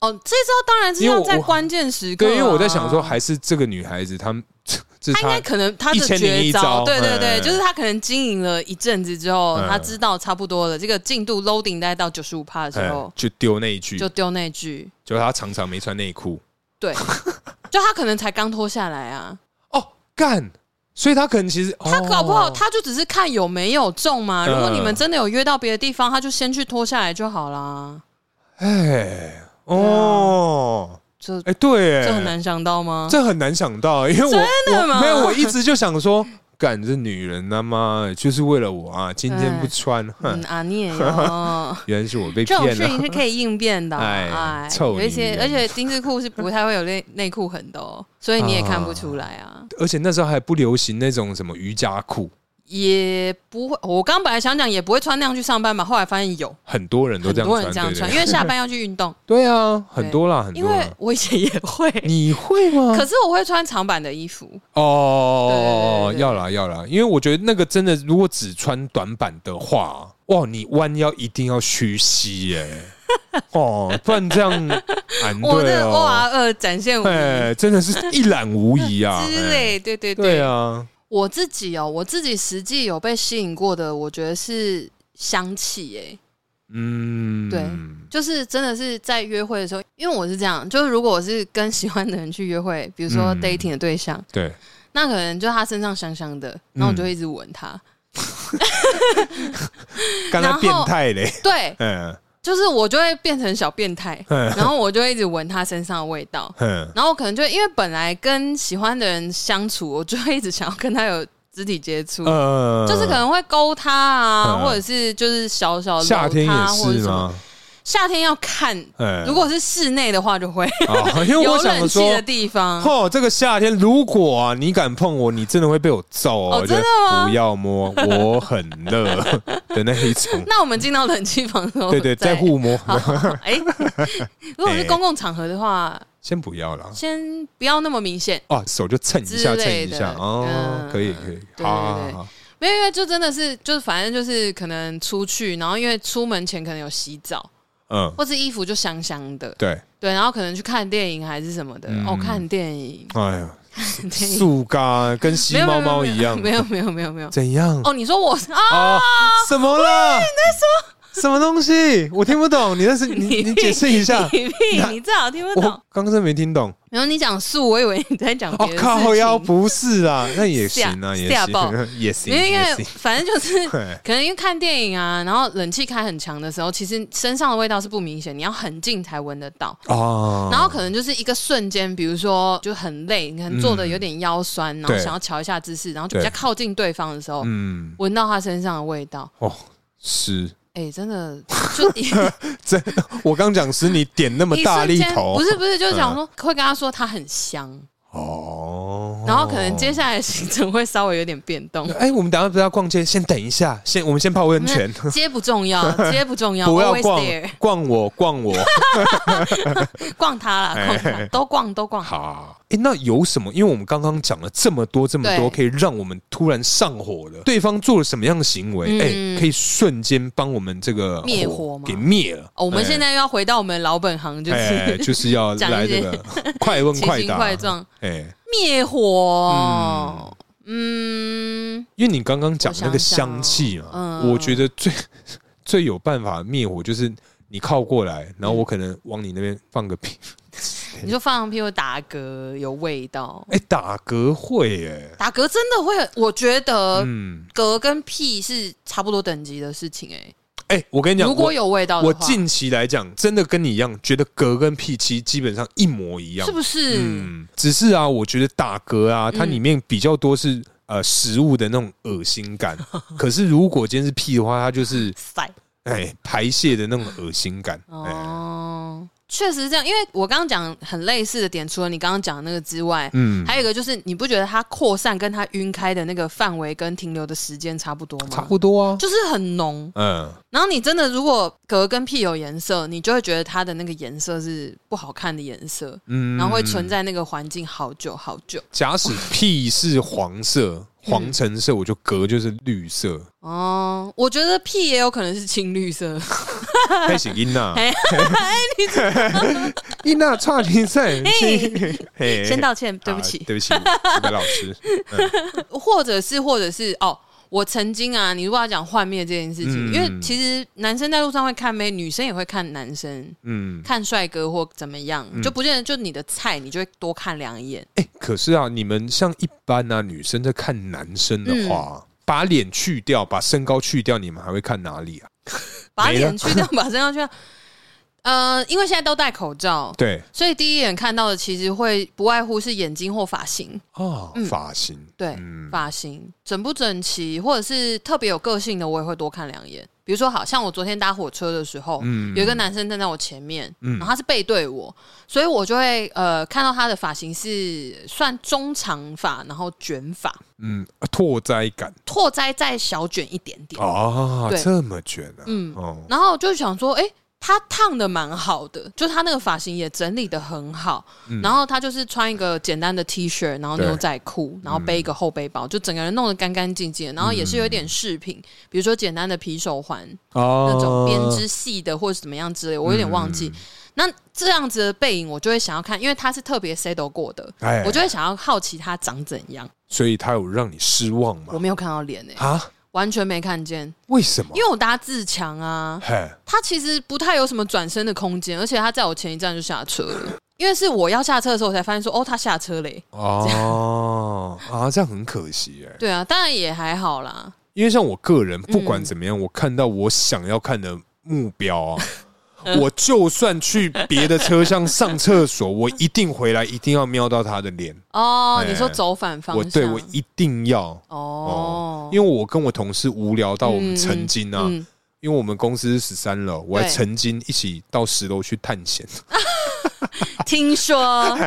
Speaker 2: 哦，这招当然是
Speaker 1: 因为
Speaker 2: 要
Speaker 1: 我
Speaker 2: 在关键时刻、啊。
Speaker 1: 对，因为我在想说，还是这个女孩子，她们 这是
Speaker 2: 他
Speaker 1: 她
Speaker 2: 应该可能他的
Speaker 1: 1001
Speaker 2: 绝
Speaker 1: 招
Speaker 2: 招，对对
Speaker 1: 哎
Speaker 2: 对，就是他可能经营了一阵子之后，
Speaker 1: 嗯
Speaker 2: 他知道差不多了，这个进度 loading 大概到九十五趴的时
Speaker 1: 哎
Speaker 2: 候，
Speaker 1: 就丢那一句，
Speaker 2: 就
Speaker 1: 就
Speaker 2: 丢那句，
Speaker 1: 她常常没穿内裤
Speaker 2: 对，就他可能才刚脱下来啊，
Speaker 1: 哦，干，所以她可能其实
Speaker 2: 他搞不好
Speaker 1: 哦
Speaker 2: 他就只是看有没有中嘛。
Speaker 1: 嗯
Speaker 2: 如果你们真的有约到别的地方，他就先去脱下来就好啦。
Speaker 1: 哎哦
Speaker 2: 这
Speaker 1: 哎对，哎
Speaker 2: 啊这很，难想到吗？
Speaker 1: 这很难想到，因为我
Speaker 2: 真的
Speaker 1: 我
Speaker 2: 吗
Speaker 1: 没有，我一直就想说， 干这女人他妈的就是为了我啊，今天不穿，哼，
Speaker 2: 嗯啊，你 也有。
Speaker 1: 原来是我被
Speaker 2: 这种
Speaker 1: 骗
Speaker 2: 事情
Speaker 1: 了，
Speaker 2: 是可以应变的、
Speaker 1: 哎
Speaker 2: 哎，
Speaker 1: 臭
Speaker 2: 有一些
Speaker 1: 女，人
Speaker 2: 而且丁字裤是不太会有内内裤痕的哦，所以你也看不出来啊，
Speaker 1: 而且那时候还不流行那种什么瑜伽裤，
Speaker 2: 也不会。我刚本来想讲也不会穿那样去上班吧，后来发现有
Speaker 1: 很多人都
Speaker 2: 很
Speaker 1: 这样
Speaker 2: 多
Speaker 1: 穿，
Speaker 2: 人这样
Speaker 1: 对对
Speaker 2: 穿，
Speaker 1: 对
Speaker 2: 因为下班要去 运动，
Speaker 1: 对啊，很多啦，很
Speaker 2: 因
Speaker 1: 多啦。
Speaker 2: 为我以前也 会，
Speaker 1: 你会吗？
Speaker 2: 可是我会穿长版的衣服，
Speaker 1: 哦，
Speaker 2: 对对对对对
Speaker 1: 要啦要啦，因为我觉得那个真的，如果只穿短版的话，哇，你弯腰一定要屈膝耶、哦，不然这样，俺
Speaker 2: 我
Speaker 1: 对
Speaker 2: 的 O
Speaker 1: 哦，
Speaker 2: R 二展现无
Speaker 1: 哎、真的是一览无遗啊，
Speaker 2: 之
Speaker 1: 哎
Speaker 2: 类，对对
Speaker 1: 对啊，
Speaker 2: 我自己哦，我自己实际有被吸引过的，我觉得是香气哎、
Speaker 1: 嗯，
Speaker 2: 对就是真的是在约会的时候，因为我是这样，就是如果我是跟喜欢的人去约会，比如说
Speaker 1: 嗯
Speaker 2: dating 的对象，
Speaker 1: 对，
Speaker 2: 那可能就他身上香香的，然后
Speaker 1: 嗯
Speaker 2: 我就会一直闻他。
Speaker 1: 刚才
Speaker 2: 然后
Speaker 1: 变态嘞，
Speaker 2: 对，
Speaker 1: 嗯，
Speaker 2: 就是我就会变成小变 态，
Speaker 1: 嗯
Speaker 2: 然后我就会一直闻他身上的味道，
Speaker 1: 哼，
Speaker 2: 然后我可能就因为本来跟喜欢的人相处，我就会一直想要跟他有肢体接触，
Speaker 1: 呃
Speaker 2: 就是可能会勾他啊，
Speaker 1: 嗯
Speaker 2: 或者是就是小小的啊
Speaker 1: 夏天也
Speaker 2: 或者
Speaker 1: 是
Speaker 2: 什么。
Speaker 1: 吗？
Speaker 2: 夏天要看，
Speaker 1: 哎
Speaker 2: 如果是室内的话就会
Speaker 1: 啊，因为
Speaker 2: 有
Speaker 1: 我想
Speaker 2: 冷
Speaker 1: 说
Speaker 2: 气，的地方。
Speaker 1: 哦，这个夏天如果啊你敢碰我，你真的会被我揍哦！
Speaker 2: 哦
Speaker 1: 我觉得
Speaker 2: 真的吗
Speaker 1: 不要摸，我很热的那一 种。
Speaker 2: 那我们进到冷气房的时候，
Speaker 1: 对对，
Speaker 2: 再
Speaker 1: 再互摸，
Speaker 2: 哦好。好好哎，如
Speaker 1: 哎
Speaker 2: 果是公共场合的话，
Speaker 1: 先不要啦。
Speaker 2: 先不要那么明显，
Speaker 1: 哦，手就蹭一下，
Speaker 2: 之
Speaker 1: 蹭
Speaker 2: 类
Speaker 1: 一
Speaker 2: 的
Speaker 1: 下哦，
Speaker 2: 嗯
Speaker 1: 可以可以，
Speaker 2: 对
Speaker 1: 好好
Speaker 2: 对对
Speaker 1: 好，
Speaker 2: 没有，因为就真的是，就是反正就是可能出去，然后因为出门前可能有洗澡，
Speaker 1: 嗯，
Speaker 2: 或是衣服就香香的，
Speaker 1: 对，
Speaker 2: 对，然后可能去看电影还是什么的，
Speaker 1: 嗯
Speaker 2: 哦，看电影，
Speaker 1: 哎呀，
Speaker 2: 看电影，
Speaker 1: 树干跟吸
Speaker 2: 没有
Speaker 1: 猫猫一样，
Speaker 2: 没有没有没有没 有没有，
Speaker 1: 怎样？
Speaker 2: 哦，你说 我啊，
Speaker 1: 哦，什么啦？你在说什么东西？我听不懂，你那是你你解释一下。
Speaker 2: 你啊屁
Speaker 1: 那，
Speaker 2: 你最好听不
Speaker 1: 我
Speaker 2: 懂。
Speaker 1: 刚刚真没听懂。
Speaker 2: 然后你讲素，我以为你在讲
Speaker 1: 哦
Speaker 2: 别的，事
Speaker 1: 靠腰
Speaker 2: 情，
Speaker 1: 不是啊，那也行
Speaker 2: 吓
Speaker 1: 啊，也
Speaker 2: 吓爆
Speaker 1: 行， 也行，
Speaker 2: 因为因
Speaker 1: 也
Speaker 2: 为
Speaker 1: 行。
Speaker 2: 反正就是
Speaker 1: 嘿
Speaker 2: 可能因为看电影啊，然后冷气开很强的时候，其实身上的味道是不明显，你要很近才闻得到。
Speaker 1: 哦，
Speaker 2: 然后可能就是一个瞬间，比如说就很累，你可能坐的有点腰酸，然后
Speaker 1: 对
Speaker 2: 想要瞧一下姿势，然后就比较
Speaker 1: 对
Speaker 2: 靠近对方的时候，
Speaker 1: 嗯，
Speaker 2: 闻到他身上的味道，
Speaker 1: 哦，是，
Speaker 2: 哎，真的就一
Speaker 1: 这我刚讲是你点那么
Speaker 2: 一
Speaker 1: 大
Speaker 2: 瞬
Speaker 1: 力
Speaker 2: 间，
Speaker 1: 头嗯
Speaker 2: 不，是不是，就是想说会跟他说他很香，
Speaker 1: 哦，
Speaker 2: 然后可能接。下来的行程会稍微有点变动。
Speaker 1: 哎，我们等一下不是要逛街，先等一下，先我们先泡温 泉，
Speaker 2: 接不重要，接不重要，
Speaker 1: 不要
Speaker 2: always
Speaker 1: 逛
Speaker 2: there
Speaker 1: 逛我逛 我，
Speaker 2: 逛它啦，逛它，都逛都逛。
Speaker 1: 好，哎，那有什么？因为我们刚刚讲了这么多这么多，
Speaker 2: 对
Speaker 1: 可以让我们突然上火的，对方做了什么样的行为，哎、
Speaker 2: 嗯
Speaker 1: 可以瞬间帮我们这个
Speaker 2: 灭火吗
Speaker 1: 给灭了。
Speaker 2: 哦我们
Speaker 1: 哎
Speaker 2: 现在又要回到我们老本行，就是
Speaker 1: 哎，就是要
Speaker 2: 讲一
Speaker 1: 来这
Speaker 2: 些
Speaker 1: 个 快问
Speaker 2: 奇
Speaker 1: 快
Speaker 2: 形
Speaker 1: 答，
Speaker 2: 怪状
Speaker 1: 哎，
Speaker 2: 灭火。嗯，
Speaker 1: 因为你刚刚讲那个
Speaker 2: 我想想哦
Speaker 1: 香气嘛，
Speaker 2: 嗯
Speaker 1: 我觉得最 最有办法灭火就是你靠过来，然后我可能往你那边放个 屁，
Speaker 2: 你说放屁会打嗝，有味道，
Speaker 1: 哎，打嗝会哎，
Speaker 2: 打嗝真的会，我觉得
Speaker 1: 嗯，
Speaker 2: 嗝跟屁是差不多等级的事情。哎，
Speaker 1: 哎，我跟你讲，
Speaker 2: 如果
Speaker 1: 我
Speaker 2: 有味道的
Speaker 1: 我
Speaker 2: 话，
Speaker 1: 近期来讲，真的跟你一样，觉得嗝跟屁其实基本上一模一样，
Speaker 2: 是不是？
Speaker 1: 嗯，只是啊，我觉得打嗝啊，它
Speaker 2: 嗯
Speaker 1: 里面比较多是。呃，食物的那种恶心 感，可是如果今天是屁的话，它就是
Speaker 2: 塞
Speaker 1: 哎，排泄的那种恶心感。哎，
Speaker 2: 哦，确实这样，因为我刚刚讲很类似的点，除了你刚刚讲的那个之外，
Speaker 1: 嗯，
Speaker 2: 还有一个就是，你不觉得它扩散跟它晕开的那个范围跟停留的时间差不多吗？
Speaker 1: 差不多啊。
Speaker 2: 就是很浓。
Speaker 1: 嗯，
Speaker 2: 然后你真的如果嗝跟屁有颜色，你就会觉得它的那个颜色是不好看的颜色，
Speaker 1: 嗯
Speaker 2: 然后会存在那个环境好久好久。
Speaker 1: 假使屁是黄
Speaker 2: 嗯
Speaker 1: 色、黄橙色，我就隔就是绿 色，
Speaker 2: 哦，我觉得屁也有可能是青绿色，
Speaker 1: 开始音呐
Speaker 2: 哎，
Speaker 1: 音呐，差评 赛，嘿
Speaker 2: 先道歉，对不
Speaker 1: 啊
Speaker 2: 起，
Speaker 1: 对不起，我白老师。
Speaker 2: 或者是或者是哦。我曾经啊，你如果要讲幻灭这件事情，
Speaker 1: 嗯
Speaker 2: 因为其实男生在路上会看妹，女生也会看男生。
Speaker 1: 嗯，
Speaker 2: 看帅哥或怎么样，就不见得就你的菜，你就会多看两眼。
Speaker 1: 哎，可是啊，你们像一般啊，女生在看男生的
Speaker 2: 嗯
Speaker 1: 话。把脸去掉，把身高去掉，你们还会看哪里啊？
Speaker 2: 把
Speaker 1: 没了
Speaker 2: 脸去掉， 把身上去掉。呃，因为现在都戴口罩，
Speaker 1: 对
Speaker 2: 所以第一眼看到的其实会不外乎是眼睛或发型，
Speaker 1: 啊
Speaker 2: 嗯，
Speaker 1: 发型，
Speaker 2: 对，
Speaker 1: 嗯，
Speaker 2: 发型整不整齐，或者是特别有个性的，我也会多看两眼。比如说，好像我昨天搭火车的时候，
Speaker 1: 嗯
Speaker 2: 有一个男生站在我前面，
Speaker 1: 嗯
Speaker 2: 然后他是背对我，所以我就会呃看到他的发型是算中长发，然后卷发，
Speaker 1: 嗯，拓哉感
Speaker 2: 拓哉再小卷一点点。
Speaker 1: 啊，
Speaker 2: 对
Speaker 1: 这么卷啊，
Speaker 2: 嗯
Speaker 1: 哦，
Speaker 2: 然后就想说，哎、他烫的蛮好的，就他那个发型也整理的很好，然后他就是穿一个简单的 T 恤，然后
Speaker 1: 嗯对嗯
Speaker 2: 牛仔裤，然后背一个后背包，就整个人弄得干干净净的，然后也是有点饰品，比如说简单的皮手环、
Speaker 1: 嗯哦嗯
Speaker 2: 那种编织细的或者怎么样之类，我有点忘记。那这样子的背影，我就会想要看，因为他是特别 settle 过的，
Speaker 1: 哎
Speaker 2: 我就会想要好奇他长怎样。
Speaker 1: 所以他有让你失望
Speaker 2: 我
Speaker 1: 吗？
Speaker 2: 没有看到脸诶、
Speaker 1: 啊？
Speaker 2: 完全没看见，
Speaker 1: 为什么？
Speaker 2: 因为我搭自强啊，
Speaker 1: 嘿，
Speaker 2: 他其实不太有什么转身的空间，而且他在我前一站就下车了。因为是我要下车的时候，我才发现说，哦，他下车嘞。
Speaker 1: 哦啊，这样很可惜哎。
Speaker 2: 对啊，当然也还好啦。
Speaker 1: 因为像我个人，不管怎么样，我看到我想要看的目标啊，
Speaker 2: 嗯
Speaker 1: 我就算去别的车厢上厕所，我一定回来，一定要瞄到他的脸。
Speaker 2: 哦，
Speaker 1: 哎
Speaker 2: 你说走反方
Speaker 1: 我
Speaker 2: 向？
Speaker 1: 对我一定要
Speaker 2: 哦，
Speaker 1: 因为我跟我同事无聊到我们
Speaker 2: 嗯
Speaker 1: 曾经啊，
Speaker 2: 嗯
Speaker 1: 因为我们公司是十三楼，我还
Speaker 2: 对
Speaker 1: 曾经一起到十楼去探险。
Speaker 2: 听说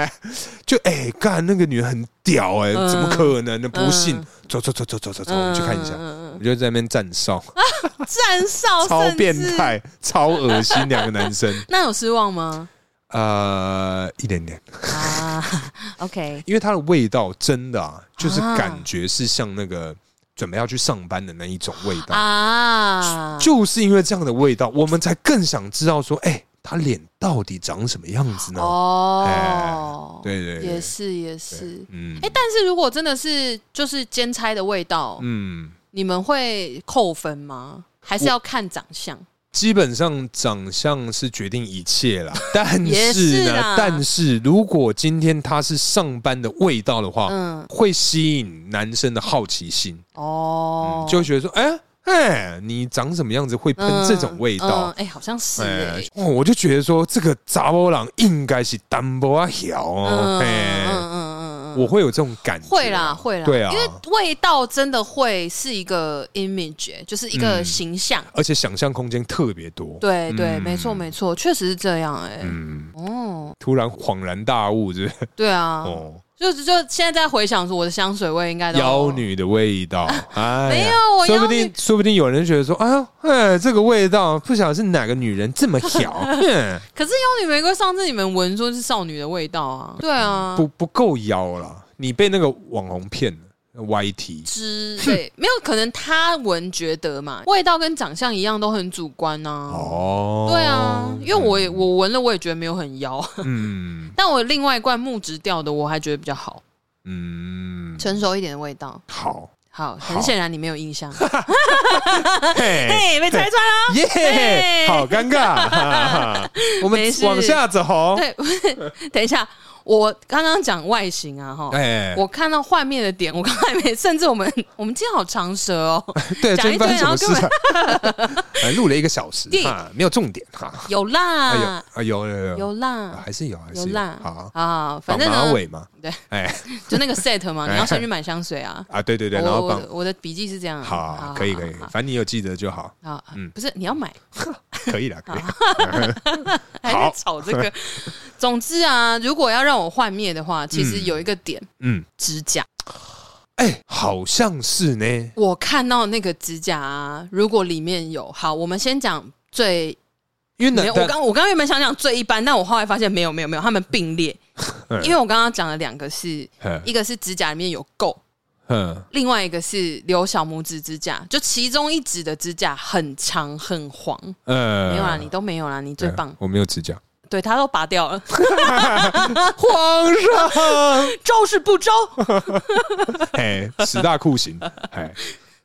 Speaker 1: 就哎干、那个女人很屌哎、
Speaker 2: 嗯
Speaker 1: 怎么可能呢？不信
Speaker 2: 嗯，
Speaker 1: 走走走走走走走，我们去看一下。
Speaker 2: 嗯嗯
Speaker 1: 我就在那边站哨，
Speaker 2: 嗯站哨
Speaker 1: 超
Speaker 2: 甚
Speaker 1: 变
Speaker 2: 至。
Speaker 1: 态，超恶心，两个男生，
Speaker 2: 那有失望吗？
Speaker 1: 呃，一点点，
Speaker 2: 啊 ，OK，
Speaker 1: 因为它的味道真的啊，就是
Speaker 2: 啊
Speaker 1: 感觉是像那个准备要去上班的那一种味道，
Speaker 2: 啊，
Speaker 1: 就是因为这样的味道，我们才更想知道说，哎、他脸到底长什么样子呢？哎
Speaker 2: 哦，
Speaker 1: 对对对，
Speaker 2: 也是也是。
Speaker 1: 嗯，
Speaker 2: 哎，但是如果真的是就是兼差的味道，
Speaker 1: 嗯。
Speaker 2: 你们会扣分吗？还是要看长相？
Speaker 1: 基本上长相是决定一切 啦，但
Speaker 2: 也
Speaker 1: 是
Speaker 2: 是
Speaker 1: 呢，
Speaker 2: 啦
Speaker 1: 但是如果今天它是上班的味道的话，
Speaker 2: 嗯，
Speaker 1: 会吸引男生的好奇心，
Speaker 2: 哦
Speaker 1: 嗯，就会觉得说，哎、哎、你长什么样子会喷
Speaker 2: 嗯
Speaker 1: 这种味
Speaker 2: 嗯
Speaker 1: 道？
Speaker 2: 哎，好像是
Speaker 1: 哎、
Speaker 2: 哎，
Speaker 1: 哦我就觉得说这个杂波狼应该是单波啊小哦，
Speaker 2: 嗯
Speaker 1: 哎、
Speaker 2: 嗯嗯嗯
Speaker 1: 我会有这种感觉，
Speaker 2: 会啦，会啦，
Speaker 1: 对啊
Speaker 2: 因为味道真的会是一个 image，欸就是一个
Speaker 1: 嗯
Speaker 2: 形象。
Speaker 1: 而且想象空间特别多，
Speaker 2: 对对，
Speaker 1: 嗯
Speaker 2: 没错没错，确实是这样哎、
Speaker 1: 嗯，
Speaker 2: 哦，
Speaker 1: 突然恍然大悟，是不是？
Speaker 2: 对啊，
Speaker 1: 哦，
Speaker 2: 就就现在在回想说我的香水味应该都
Speaker 1: 妖，女的味 道，哎呀，
Speaker 2: 没有我
Speaker 1: 说不
Speaker 2: 妖女
Speaker 1: 定说不定有人觉得说，哎呀，哎，这个味道，不晓得是哪个女人这么小， 嗯
Speaker 2: 可是妖女玫瑰上次你们闻说是少女的味道啊，对啊，
Speaker 1: 不不够妖啦，你被那个网红骗了，YT，
Speaker 2: 之类没有可能他闻觉得嘛，味道跟长相一样都很主观呐、
Speaker 1: 哦，
Speaker 2: 对啊，因为我也我闻了，我也觉得没有很妖，
Speaker 1: 嗯
Speaker 2: 但我另外一罐木质调的，我还觉得比较好，
Speaker 1: 嗯，
Speaker 2: 成熟一点的味道。
Speaker 1: 好，
Speaker 2: 好，
Speaker 1: 好
Speaker 2: 很显然你没有印 象。
Speaker 1: 嘿，
Speaker 2: 啊嘿，被拆穿了。
Speaker 1: 耶，
Speaker 2: 嘿
Speaker 1: 好尴尬，哈 哈我们
Speaker 2: 没事
Speaker 1: 往下走，
Speaker 2: 对，等一下，我刚刚讲外形啊，哈。
Speaker 1: 哎，
Speaker 2: 我看到幻灭的点，我刚才没，甚至我们 我们今天好长舌 哦，
Speaker 1: 对，
Speaker 2: 讲
Speaker 1: 这
Speaker 2: 一堆
Speaker 1: 发生什
Speaker 2: 然
Speaker 1: 么
Speaker 2: 后
Speaker 1: 事啊？ 哎录了一个小时
Speaker 2: 弟
Speaker 1: 哈，没有重点哈，
Speaker 2: 有
Speaker 1: 哎呦
Speaker 2: 啦，
Speaker 1: 啊有有有
Speaker 2: 有
Speaker 1: 啊
Speaker 2: 啦，
Speaker 1: 还是有，还是
Speaker 2: 有
Speaker 1: 有
Speaker 2: 啦，
Speaker 1: 好，
Speaker 2: 啊，反正
Speaker 1: 绑马
Speaker 2: 呢，
Speaker 1: 尾嘛，
Speaker 2: 对，
Speaker 1: 哎
Speaker 2: 就那个 set 嘛，你要先去买香水啊。
Speaker 1: 啊，对对对，然
Speaker 2: 我
Speaker 1: 后
Speaker 2: 我
Speaker 1: 绑
Speaker 2: 的我的笔记是这样，
Speaker 1: 好，可以可以，
Speaker 2: 好
Speaker 1: 反正你有记得就好，
Speaker 2: 好，好
Speaker 1: 嗯
Speaker 2: 不是你要买，
Speaker 1: 可以了，可以啦，
Speaker 2: 还在吵 这个。总之啊，如果要让我幻灭的话，其实
Speaker 1: 嗯
Speaker 2: 有一个点，
Speaker 1: 嗯，
Speaker 2: 指甲。
Speaker 1: 哎，好像是呢，
Speaker 2: 我看到那个指甲、啊，如果里面有，好，我们先讲最，
Speaker 1: 因为
Speaker 2: 没
Speaker 1: 男
Speaker 2: 有我刚我刚原本想讲最一般，但我后来发现没有没有没有，他们并列，
Speaker 1: 嗯
Speaker 2: 因为我刚刚讲了两个是，
Speaker 1: 嗯
Speaker 2: 一个是指甲里面有垢，
Speaker 1: 嗯
Speaker 2: 另外一个是留小拇指指甲，就其中一指的指甲很长很黄，
Speaker 1: 呃
Speaker 2: 没有啊啦，你都没有啦，你最棒，
Speaker 1: 我没有指 甲，
Speaker 2: 对他都拔 掉了，
Speaker 1: 皇上，
Speaker 2: 招是不招？
Speaker 1: 哎，十大酷刑，哎，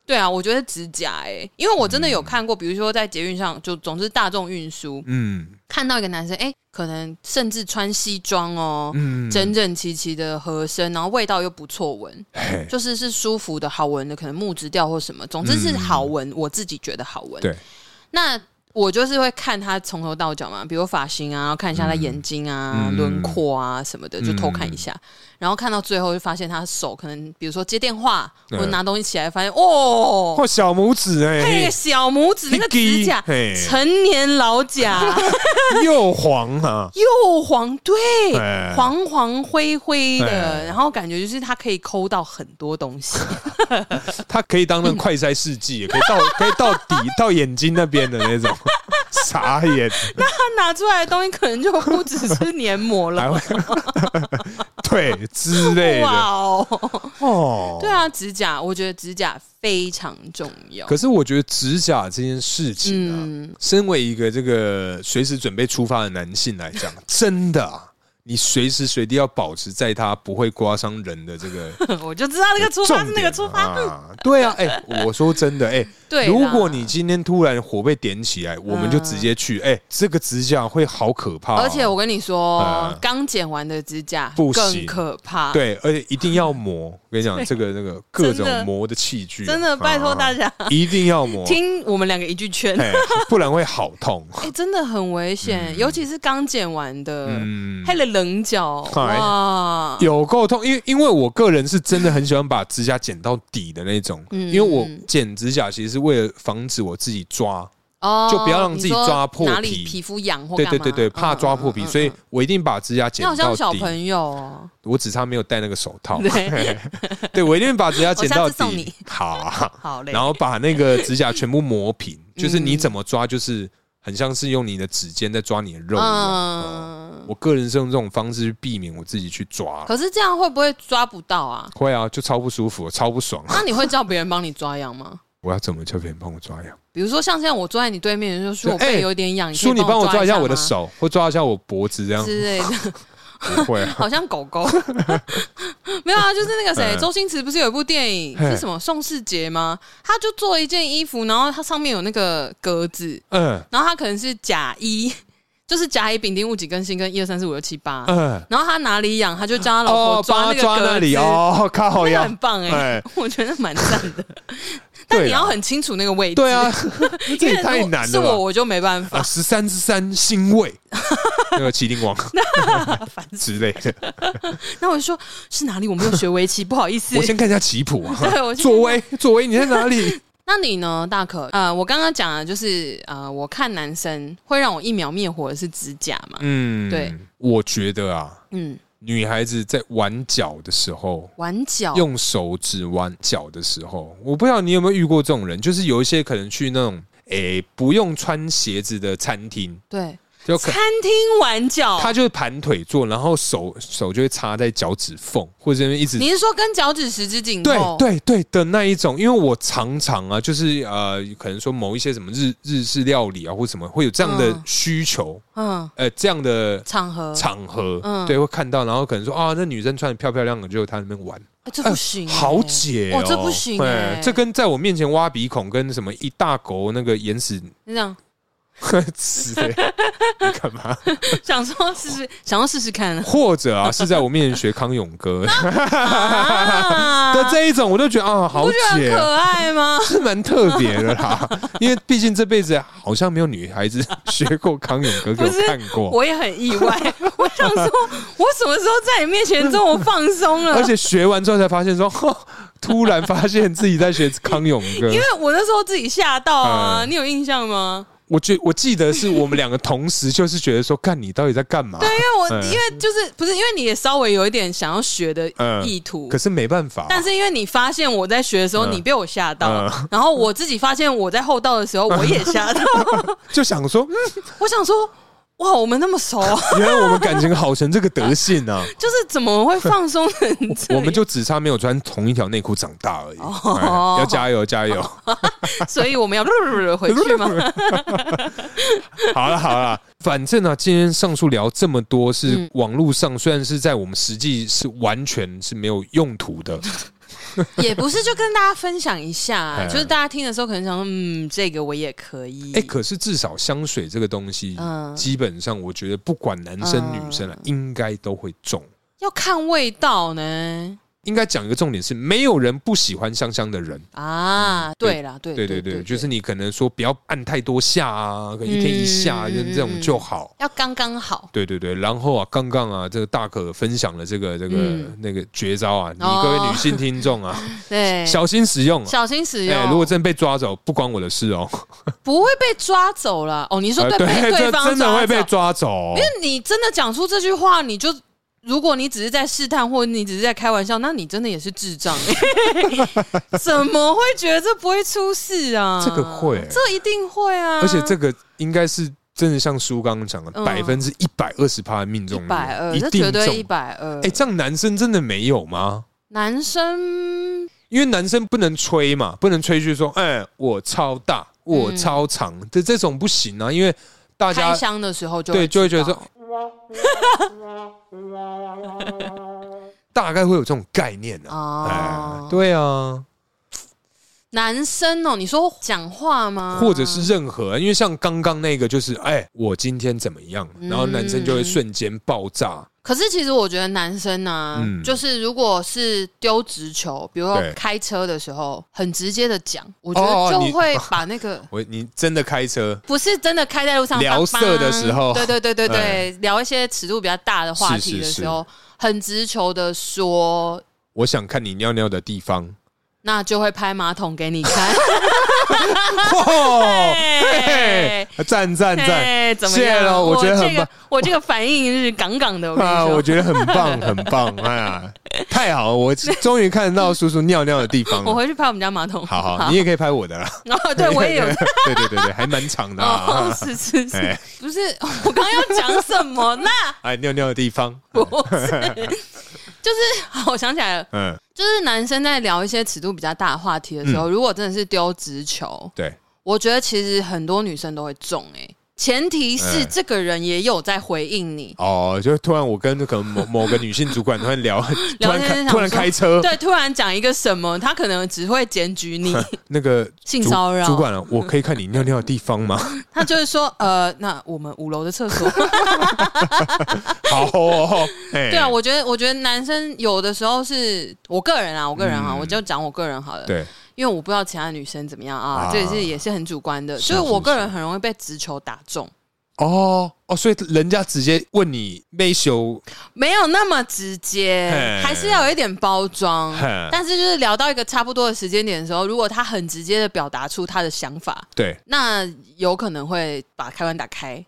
Speaker 2: 对啊，我觉得指甲哎、因为我真的有看过，比如说在捷运上，就总之大众运输，
Speaker 1: 嗯
Speaker 2: 看到一个男生，哎、可能甚至穿西装哦，
Speaker 1: 嗯，
Speaker 2: 整整齐齐的合身，然后味道又不错闻，
Speaker 1: 嘿
Speaker 2: 就是是舒服的、好闻的，可能木质调或什么，总之
Speaker 1: 嗯
Speaker 2: 是好闻。我自己觉得好闻。
Speaker 1: 对，
Speaker 2: 那我就是会看他从头到脚嘛，比如发型啊，然后看一下他眼睛啊、
Speaker 1: 嗯
Speaker 2: 轮廓啊什么的，就
Speaker 1: 嗯
Speaker 2: 偷看一下，然后看到最后就发现他手可能，比如说接电话
Speaker 1: 嗯
Speaker 2: 或者拿东西起来，发现哦。
Speaker 1: 哦，小拇指
Speaker 2: 那
Speaker 1: 哎
Speaker 2: 个，小拇指那个指甲
Speaker 1: 嘿，
Speaker 2: 成年 老甲，
Speaker 1: 又黄啊，
Speaker 2: 又黄，对，
Speaker 1: 哎
Speaker 2: 黄黄灰灰
Speaker 1: 哎
Speaker 2: 的，然后感觉就是它可以抠到很多东西，
Speaker 1: 它可以当那
Speaker 2: 嗯
Speaker 1: 个快筛试剂，也可以到 可以到底到眼睛那边的那 种，傻眼，
Speaker 2: 它拿出来的东西可能就不只是黏膜
Speaker 1: 还
Speaker 2: 了。
Speaker 1: 会 对之类
Speaker 2: 哇
Speaker 1: 的
Speaker 2: 哦，
Speaker 1: 哦。
Speaker 2: 对啊，指甲，我觉得指甲非常重要。
Speaker 1: 可是我觉得指甲这件事情啊，
Speaker 2: 嗯
Speaker 1: 身为一个这个随时准备出发的男性来讲，真的啊，你随时随地要保持在它不会刮伤人的这个
Speaker 2: 我就知道那个 出发是
Speaker 1: 重
Speaker 2: 那
Speaker 1: 点
Speaker 2: 个出发。
Speaker 1: 啊。对啊，哎、我说真的，哎、
Speaker 2: 对啦，嗯
Speaker 1: 如果你今天突然火被点起来，我们就直接去，哎、这个指甲会好可怕、啊
Speaker 2: 而且我跟你说
Speaker 1: 嗯，
Speaker 2: 刚剪完的指甲
Speaker 1: 不行
Speaker 2: 更可怕。，
Speaker 1: 对，而且一定要磨。我跟你 讲，这个那个各
Speaker 2: 真
Speaker 1: 种
Speaker 2: 的
Speaker 1: 磨的器具啊，
Speaker 2: 真的拜托大
Speaker 1: 家
Speaker 2: 家
Speaker 1: 一定要磨，
Speaker 2: 听我们两个一句劝，
Speaker 1: 哎，不然会好痛。
Speaker 2: 哎，真的很危险，尤其是刚剪完的，
Speaker 1: 嗯
Speaker 2: 还，有棱角，
Speaker 1: 嗨
Speaker 2: 哇，
Speaker 1: 有够痛，因为因为我个人是真的很喜欢把指甲剪到底的那种，
Speaker 2: 嗯
Speaker 1: 因为我剪指甲其实是为了防止我自己抓，
Speaker 2: 哦
Speaker 1: 就不要让自己
Speaker 2: 你说
Speaker 1: 抓破
Speaker 2: 哪里
Speaker 1: 皮
Speaker 2: 皮肤痒或
Speaker 1: 对
Speaker 2: 干
Speaker 1: 对
Speaker 2: 嘛嗯
Speaker 1: 对对，怕抓破皮，所以我一定把指甲
Speaker 2: 你
Speaker 1: 剪
Speaker 2: 好像
Speaker 1: 到
Speaker 2: 小
Speaker 1: 底。
Speaker 2: 朋友哦，
Speaker 1: 我只差没有戴那个手套，
Speaker 2: 对，
Speaker 1: 对我一定把指甲剪到
Speaker 2: 我下次送
Speaker 1: 底
Speaker 2: 你。
Speaker 1: 好 啊，
Speaker 2: 好嘞
Speaker 1: 然。后把那个指甲全部磨 平，就是
Speaker 2: 嗯
Speaker 1: 你怎么抓，就是很像是用你的指尖在抓你的肉一样。嗯
Speaker 2: 嗯，
Speaker 1: 我个人是用这种方式去避免我自己去抓，
Speaker 2: 可是这样会不会抓不到啊？
Speaker 1: 会啊，就超不舒服，超不爽。
Speaker 2: 那你会叫别人帮你抓痒吗？
Speaker 1: 我要怎么叫别人帮我抓痒？
Speaker 2: 比如说像现在我坐在你对面，就说我
Speaker 1: 对哎
Speaker 2: 背有点痒，
Speaker 1: 叔，
Speaker 2: 可
Speaker 1: 你
Speaker 2: 以
Speaker 1: 帮我抓
Speaker 2: 一
Speaker 1: 一
Speaker 2: 下
Speaker 1: 下
Speaker 2: 吗
Speaker 1: 我的手，啊或抓一下我脖子，这样
Speaker 2: 之 类的，
Speaker 1: 不会 啊。
Speaker 2: 好像狗狗。没有啊，就是那个谁，
Speaker 1: 嗯
Speaker 2: 周星驰不是有一部电影
Speaker 1: 嘿
Speaker 2: 是什么宋世杰吗？他就做一件衣服，然后它上面有那个格子，
Speaker 1: 嗯
Speaker 2: 然后它可能是甲一， 就是甲乙丙丁戊己庚辛跟一二三四五六七八，
Speaker 1: 嗯，
Speaker 2: 然后他哪里痒，他就叫他老
Speaker 1: 哦
Speaker 2: 婆，抓
Speaker 1: 帮
Speaker 2: 那
Speaker 1: 他
Speaker 2: 个
Speaker 1: 抓
Speaker 2: 格
Speaker 1: 那里
Speaker 2: 子
Speaker 1: 哦，靠
Speaker 2: 那个
Speaker 1: 呀
Speaker 2: 很，棒哎、
Speaker 1: 哎
Speaker 2: 我觉得蛮赞 的。但
Speaker 1: 对
Speaker 2: 你要
Speaker 1: 啦
Speaker 2: 很清楚那个位置，
Speaker 1: 对 啊，这
Speaker 2: 因
Speaker 1: 也
Speaker 2: 为
Speaker 1: 太
Speaker 2: 如果
Speaker 1: 难
Speaker 2: 是
Speaker 1: 了
Speaker 2: 我
Speaker 1: 吧。
Speaker 2: 我就没办
Speaker 1: 啊，
Speaker 2: 法，
Speaker 1: 十三之三星 位，那个麒麟王 之类的。
Speaker 2: 那我就说是哪里我没有学围棋，不好意思
Speaker 1: 我。先看一下棋谱啊。
Speaker 2: 对我先
Speaker 1: 左为，左为你在哪里？
Speaker 2: 那你呢，大可？呃，我刚刚讲的就是呃，我看男生会让我一秒灭火的是指甲嘛，
Speaker 1: 嗯，
Speaker 2: 对，
Speaker 1: 我觉得啊，
Speaker 2: 嗯，
Speaker 1: 女孩子在玩脚的时候，
Speaker 2: 玩脚，
Speaker 1: 用手指玩脚的时候，我不知道你有没有遇过这种人，就是有一些可能去那种诶、不用穿鞋子的餐厅，
Speaker 2: 对，
Speaker 1: 就可
Speaker 2: 餐厅玩脚，
Speaker 1: 他就是盘腿坐，然后手手就会插在脚趾缝，或者一直
Speaker 2: 你是说跟脚趾十指紧
Speaker 1: 对
Speaker 2: 扣？
Speaker 1: 对对的那一种，因为我常常啊，就是呃，可能说某一些什么日日式料理啊，或什么会有这样的
Speaker 2: 嗯
Speaker 1: 需求，
Speaker 2: 嗯，
Speaker 1: 呃，这样的
Speaker 2: 场合
Speaker 1: 场合，
Speaker 2: 嗯
Speaker 1: 对，会看到，然后可能说啊，那女生穿的漂漂亮亮，就她在那边玩，
Speaker 2: 哎这不行欸，
Speaker 1: 呃好解哦，
Speaker 2: 哦这不行
Speaker 1: 对
Speaker 2: 欸
Speaker 1: 这跟在我面前挖鼻孔跟什么一大狗那个眼屎
Speaker 2: 这样
Speaker 1: 吃的，你干嘛？
Speaker 2: 想说试试，想要试 试看
Speaker 1: 或者啊，是在我面前学康永 哥
Speaker 2: 啊
Speaker 1: 的这一种，我就觉得啊，好
Speaker 2: 不觉得很
Speaker 1: 解哦。
Speaker 2: 可爱吗？
Speaker 1: 是蛮特别的啦， 因为毕竟这辈子好像没有女孩子学过康永哥给我
Speaker 2: 不是
Speaker 1: 看过，
Speaker 2: 我也很意外， 我想说，我什么时候在你面前这么放松了？
Speaker 1: 而且学完之后才发现说， 突然发现自己在学康永哥，
Speaker 2: 因为我那时候自己吓到啊，
Speaker 1: 嗯
Speaker 2: 你有印象吗？
Speaker 1: 我觉我记得是我们两个同时就是觉得说，干你到底在干嘛？
Speaker 2: 对，因为我、
Speaker 1: 嗯
Speaker 2: 因为就是不是因为你也稍微有一点想要学的
Speaker 1: 嗯
Speaker 2: 意图。
Speaker 1: 可是没办法，
Speaker 2: 但是因为你发现我在学的时候，
Speaker 1: 嗯
Speaker 2: 你被我吓到，
Speaker 1: 嗯
Speaker 2: 然后我自己发现我在后道的时候，我也 吓到。
Speaker 1: 就想说，
Speaker 2: 我想说，哇，我们那么熟，啊
Speaker 1: 嗯原来我们感情好成这个德性 啊！
Speaker 2: 就是怎么会放松成这
Speaker 1: 我
Speaker 2: 样？
Speaker 1: 们就只差没有穿同一条内裤长大而已。
Speaker 2: 哦
Speaker 1: 哎要加油加油！
Speaker 2: 所以我们要 回去吗？
Speaker 1: 好了好了，反正啊，今天上述聊这么多，是
Speaker 2: 嗯
Speaker 1: 网络上虽然是在我们实际是完全是没有用途的，
Speaker 2: 也不是，就跟大家分享一下、啊
Speaker 1: 哎
Speaker 2: 就是大家听的时候可能想说，嗯，这个我也可以。
Speaker 1: 哎，可是至少香水这个东西，
Speaker 2: 嗯
Speaker 1: 基本上我觉得不管男生
Speaker 2: 嗯
Speaker 1: 女生啊，应该都会中。
Speaker 2: 要看味道呢。
Speaker 1: 应该讲一个重点是，没有人不喜欢香香的人。
Speaker 2: 啊，对啦，
Speaker 1: 嗯
Speaker 2: 对
Speaker 1: 对对
Speaker 2: 对
Speaker 1: 对，就是你可能说不要按太多下啊，可能一天一下啊
Speaker 2: 嗯
Speaker 1: 就这种就好。
Speaker 2: 要刚刚好。
Speaker 1: 对对对，然后啊，刚刚啊，这个大可分享了这个这个、
Speaker 2: 嗯
Speaker 1: 那个绝招啊，你
Speaker 2: 哦
Speaker 1: 各位女性听众 啊，
Speaker 2: 对，
Speaker 1: 小心使用、啊。
Speaker 2: 小心使用，
Speaker 1: 哎，如果真被抓走，不关我的事哦。
Speaker 2: 不会被抓走了。哦，你说
Speaker 1: 呃
Speaker 2: 对被
Speaker 1: 这
Speaker 2: 对方
Speaker 1: 真的
Speaker 2: 抓
Speaker 1: 会被
Speaker 2: 走，啊
Speaker 1: 抓走。哦
Speaker 2: 你真的讲出这句话，你就。如果你只是在试探，或者你只是在开玩笑，那你真的也是 智障、 怎么会觉得这不会出事啊？
Speaker 1: 这个会
Speaker 2: 这一定会啊！
Speaker 1: 而且这个应该是真的，像叔刚刚讲的，
Speaker 2: 嗯
Speaker 1: 百分之一百二十趴的命中率，哦
Speaker 2: 一百二，
Speaker 1: 一
Speaker 2: 这
Speaker 1: 定
Speaker 2: 绝对一
Speaker 1: 中。
Speaker 2: 百二。
Speaker 1: 哎，这样男生真的没有吗？
Speaker 2: 男生
Speaker 1: 因为男生不能吹嘛，不能吹嘘说，哎、我超大，
Speaker 2: 嗯
Speaker 1: 我超长，这、这种不行啊，因为大
Speaker 2: 开
Speaker 1: 家
Speaker 2: 箱的时候就
Speaker 1: 对就会觉得
Speaker 2: 知道
Speaker 1: 说，大概会有这种概念啊。哎
Speaker 2: 哦，，
Speaker 1: 对啊，
Speaker 2: 男生哦，你说讲话吗？
Speaker 1: 或者是任何，因为像刚刚那个就是，哎，我今天怎么样，
Speaker 2: 嗯
Speaker 1: 然后男生就会瞬间爆炸。
Speaker 2: 可是其实我觉得男生呢、
Speaker 1: 嗯
Speaker 2: 就是如果是丢直球，比如说
Speaker 1: 对
Speaker 2: 开车的时候，很直接的讲，我觉
Speaker 1: 哦
Speaker 2: 得
Speaker 1: 你
Speaker 2: 就会把那个。
Speaker 1: 我你真的开车，
Speaker 2: 不是真的开在路上
Speaker 1: 聊色的时候
Speaker 2: 帮帮对对对对
Speaker 1: 哎
Speaker 2: 对，聊一些尺度比较大的话题的时候，很直球的说，
Speaker 1: 我想看你尿尿的地 方。
Speaker 2: 那就会拍马桶给你看。
Speaker 1: 哦，嘿
Speaker 2: 嘿
Speaker 1: 嘿赞赞赞
Speaker 2: 哎，怎么
Speaker 1: 谢
Speaker 2: 样？
Speaker 1: 了我觉得很
Speaker 2: 这个
Speaker 1: 棒
Speaker 2: 我这个反应是杠杠的，我跟你
Speaker 1: 啊！
Speaker 2: 说。
Speaker 1: 我觉得很棒，很棒！哎呀，太好了，我终于看到叔叔尿尿的地方
Speaker 2: 我
Speaker 1: 了。
Speaker 2: 回去拍我们家马桶。
Speaker 1: 好 好，你也可以拍我的啦。
Speaker 2: 然后对我也有
Speaker 1: 对对对对，还蛮长的
Speaker 2: 哎哦
Speaker 1: 啊，。
Speaker 2: 是是是，
Speaker 1: 哎
Speaker 2: 不是我刚刚要讲什么呢？
Speaker 1: 哎，尿尿的地方，
Speaker 2: 不是，就是好我想起来了，
Speaker 1: 嗯，
Speaker 2: 就是男生在聊一些尺度比较大的话题的时候，如果真的是丢直球，
Speaker 1: 对，
Speaker 2: 我觉得其实很多女生都会中哎、前
Speaker 1: 哎
Speaker 2: 提是这个人也有在回 应你。
Speaker 1: 哦，就突然我跟可能 某某个女性主管突然聊，突
Speaker 2: 聊
Speaker 1: 然
Speaker 2: 天
Speaker 1: 开
Speaker 2: 就想
Speaker 1: 突然
Speaker 2: 说
Speaker 1: 开车，
Speaker 2: 对，突然讲一个什么，他可能只会检 举你，
Speaker 1: 那个
Speaker 2: 性
Speaker 1: 主
Speaker 2: 骚扰
Speaker 1: 主管啊，我可以看你尿尿的地方吗？
Speaker 2: 他就 是说，呃，那我们五楼的厕所，
Speaker 1: 好哦，对
Speaker 2: 对啊，我觉得，我觉得男生有的时候是我个人啊，我个人哈、
Speaker 1: 嗯
Speaker 2: 我就讲我个人好了，
Speaker 1: 对，
Speaker 2: 因为我不知道其他女生怎么样啊，
Speaker 1: 啊
Speaker 2: 这也是也是很主观的，
Speaker 1: 是啊
Speaker 2: 所以我
Speaker 1: 是
Speaker 2: 个
Speaker 1: 是
Speaker 2: 人很容易被直球打中，
Speaker 1: 哦哦，所以人家直接问你内修，
Speaker 2: 没有那么直接
Speaker 1: 嘿，
Speaker 2: 还是要有一点包装
Speaker 1: 嘿。
Speaker 2: 但是就是聊到一个差不多的时间点的时候，如果他很直接的表达出他的想法，
Speaker 1: 对，
Speaker 2: 那有可能会把开关打开。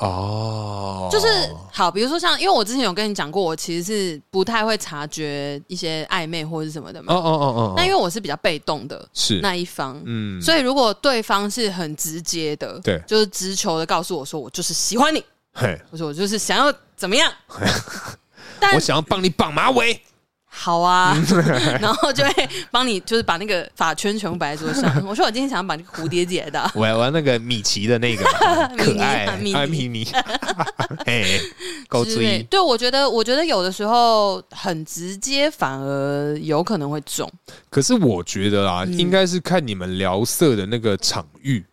Speaker 1: 哦，
Speaker 2: 就是好，比如说像，因为我之前有跟你讲过，我其实是不太会察觉一些暧昧或是什么的
Speaker 1: 哦
Speaker 2: 嘛。
Speaker 1: 哦哦哦，
Speaker 2: 那因
Speaker 1: 为
Speaker 2: 为我是比较被动的
Speaker 1: 是
Speaker 2: 那一方，
Speaker 1: 嗯，
Speaker 2: 所以如果对方是很直接的，
Speaker 1: 对
Speaker 2: 就是直球的告诉我说我就是喜欢你，
Speaker 1: 嘿，
Speaker 2: 或者我就是想要怎么样，但
Speaker 1: 我想要帮你绑马尾，
Speaker 2: 好啊，然后就会帮你，就是把那个发圈全部摆在桌 上。我说我今天想要把那个蝴蝶结的，
Speaker 1: 我要我要那个米奇的那个 可爱
Speaker 2: 米妮
Speaker 1: 啊
Speaker 2: 啊
Speaker 1: 米
Speaker 2: 米
Speaker 1: 妮， 哎，够
Speaker 2: 之类
Speaker 1: 追，
Speaker 2: 对，我觉得，我觉得有的时候很直接，反而有可能会中。
Speaker 1: 可是我觉得啊，
Speaker 2: 嗯
Speaker 1: 应该是看你们聊色的那个场域，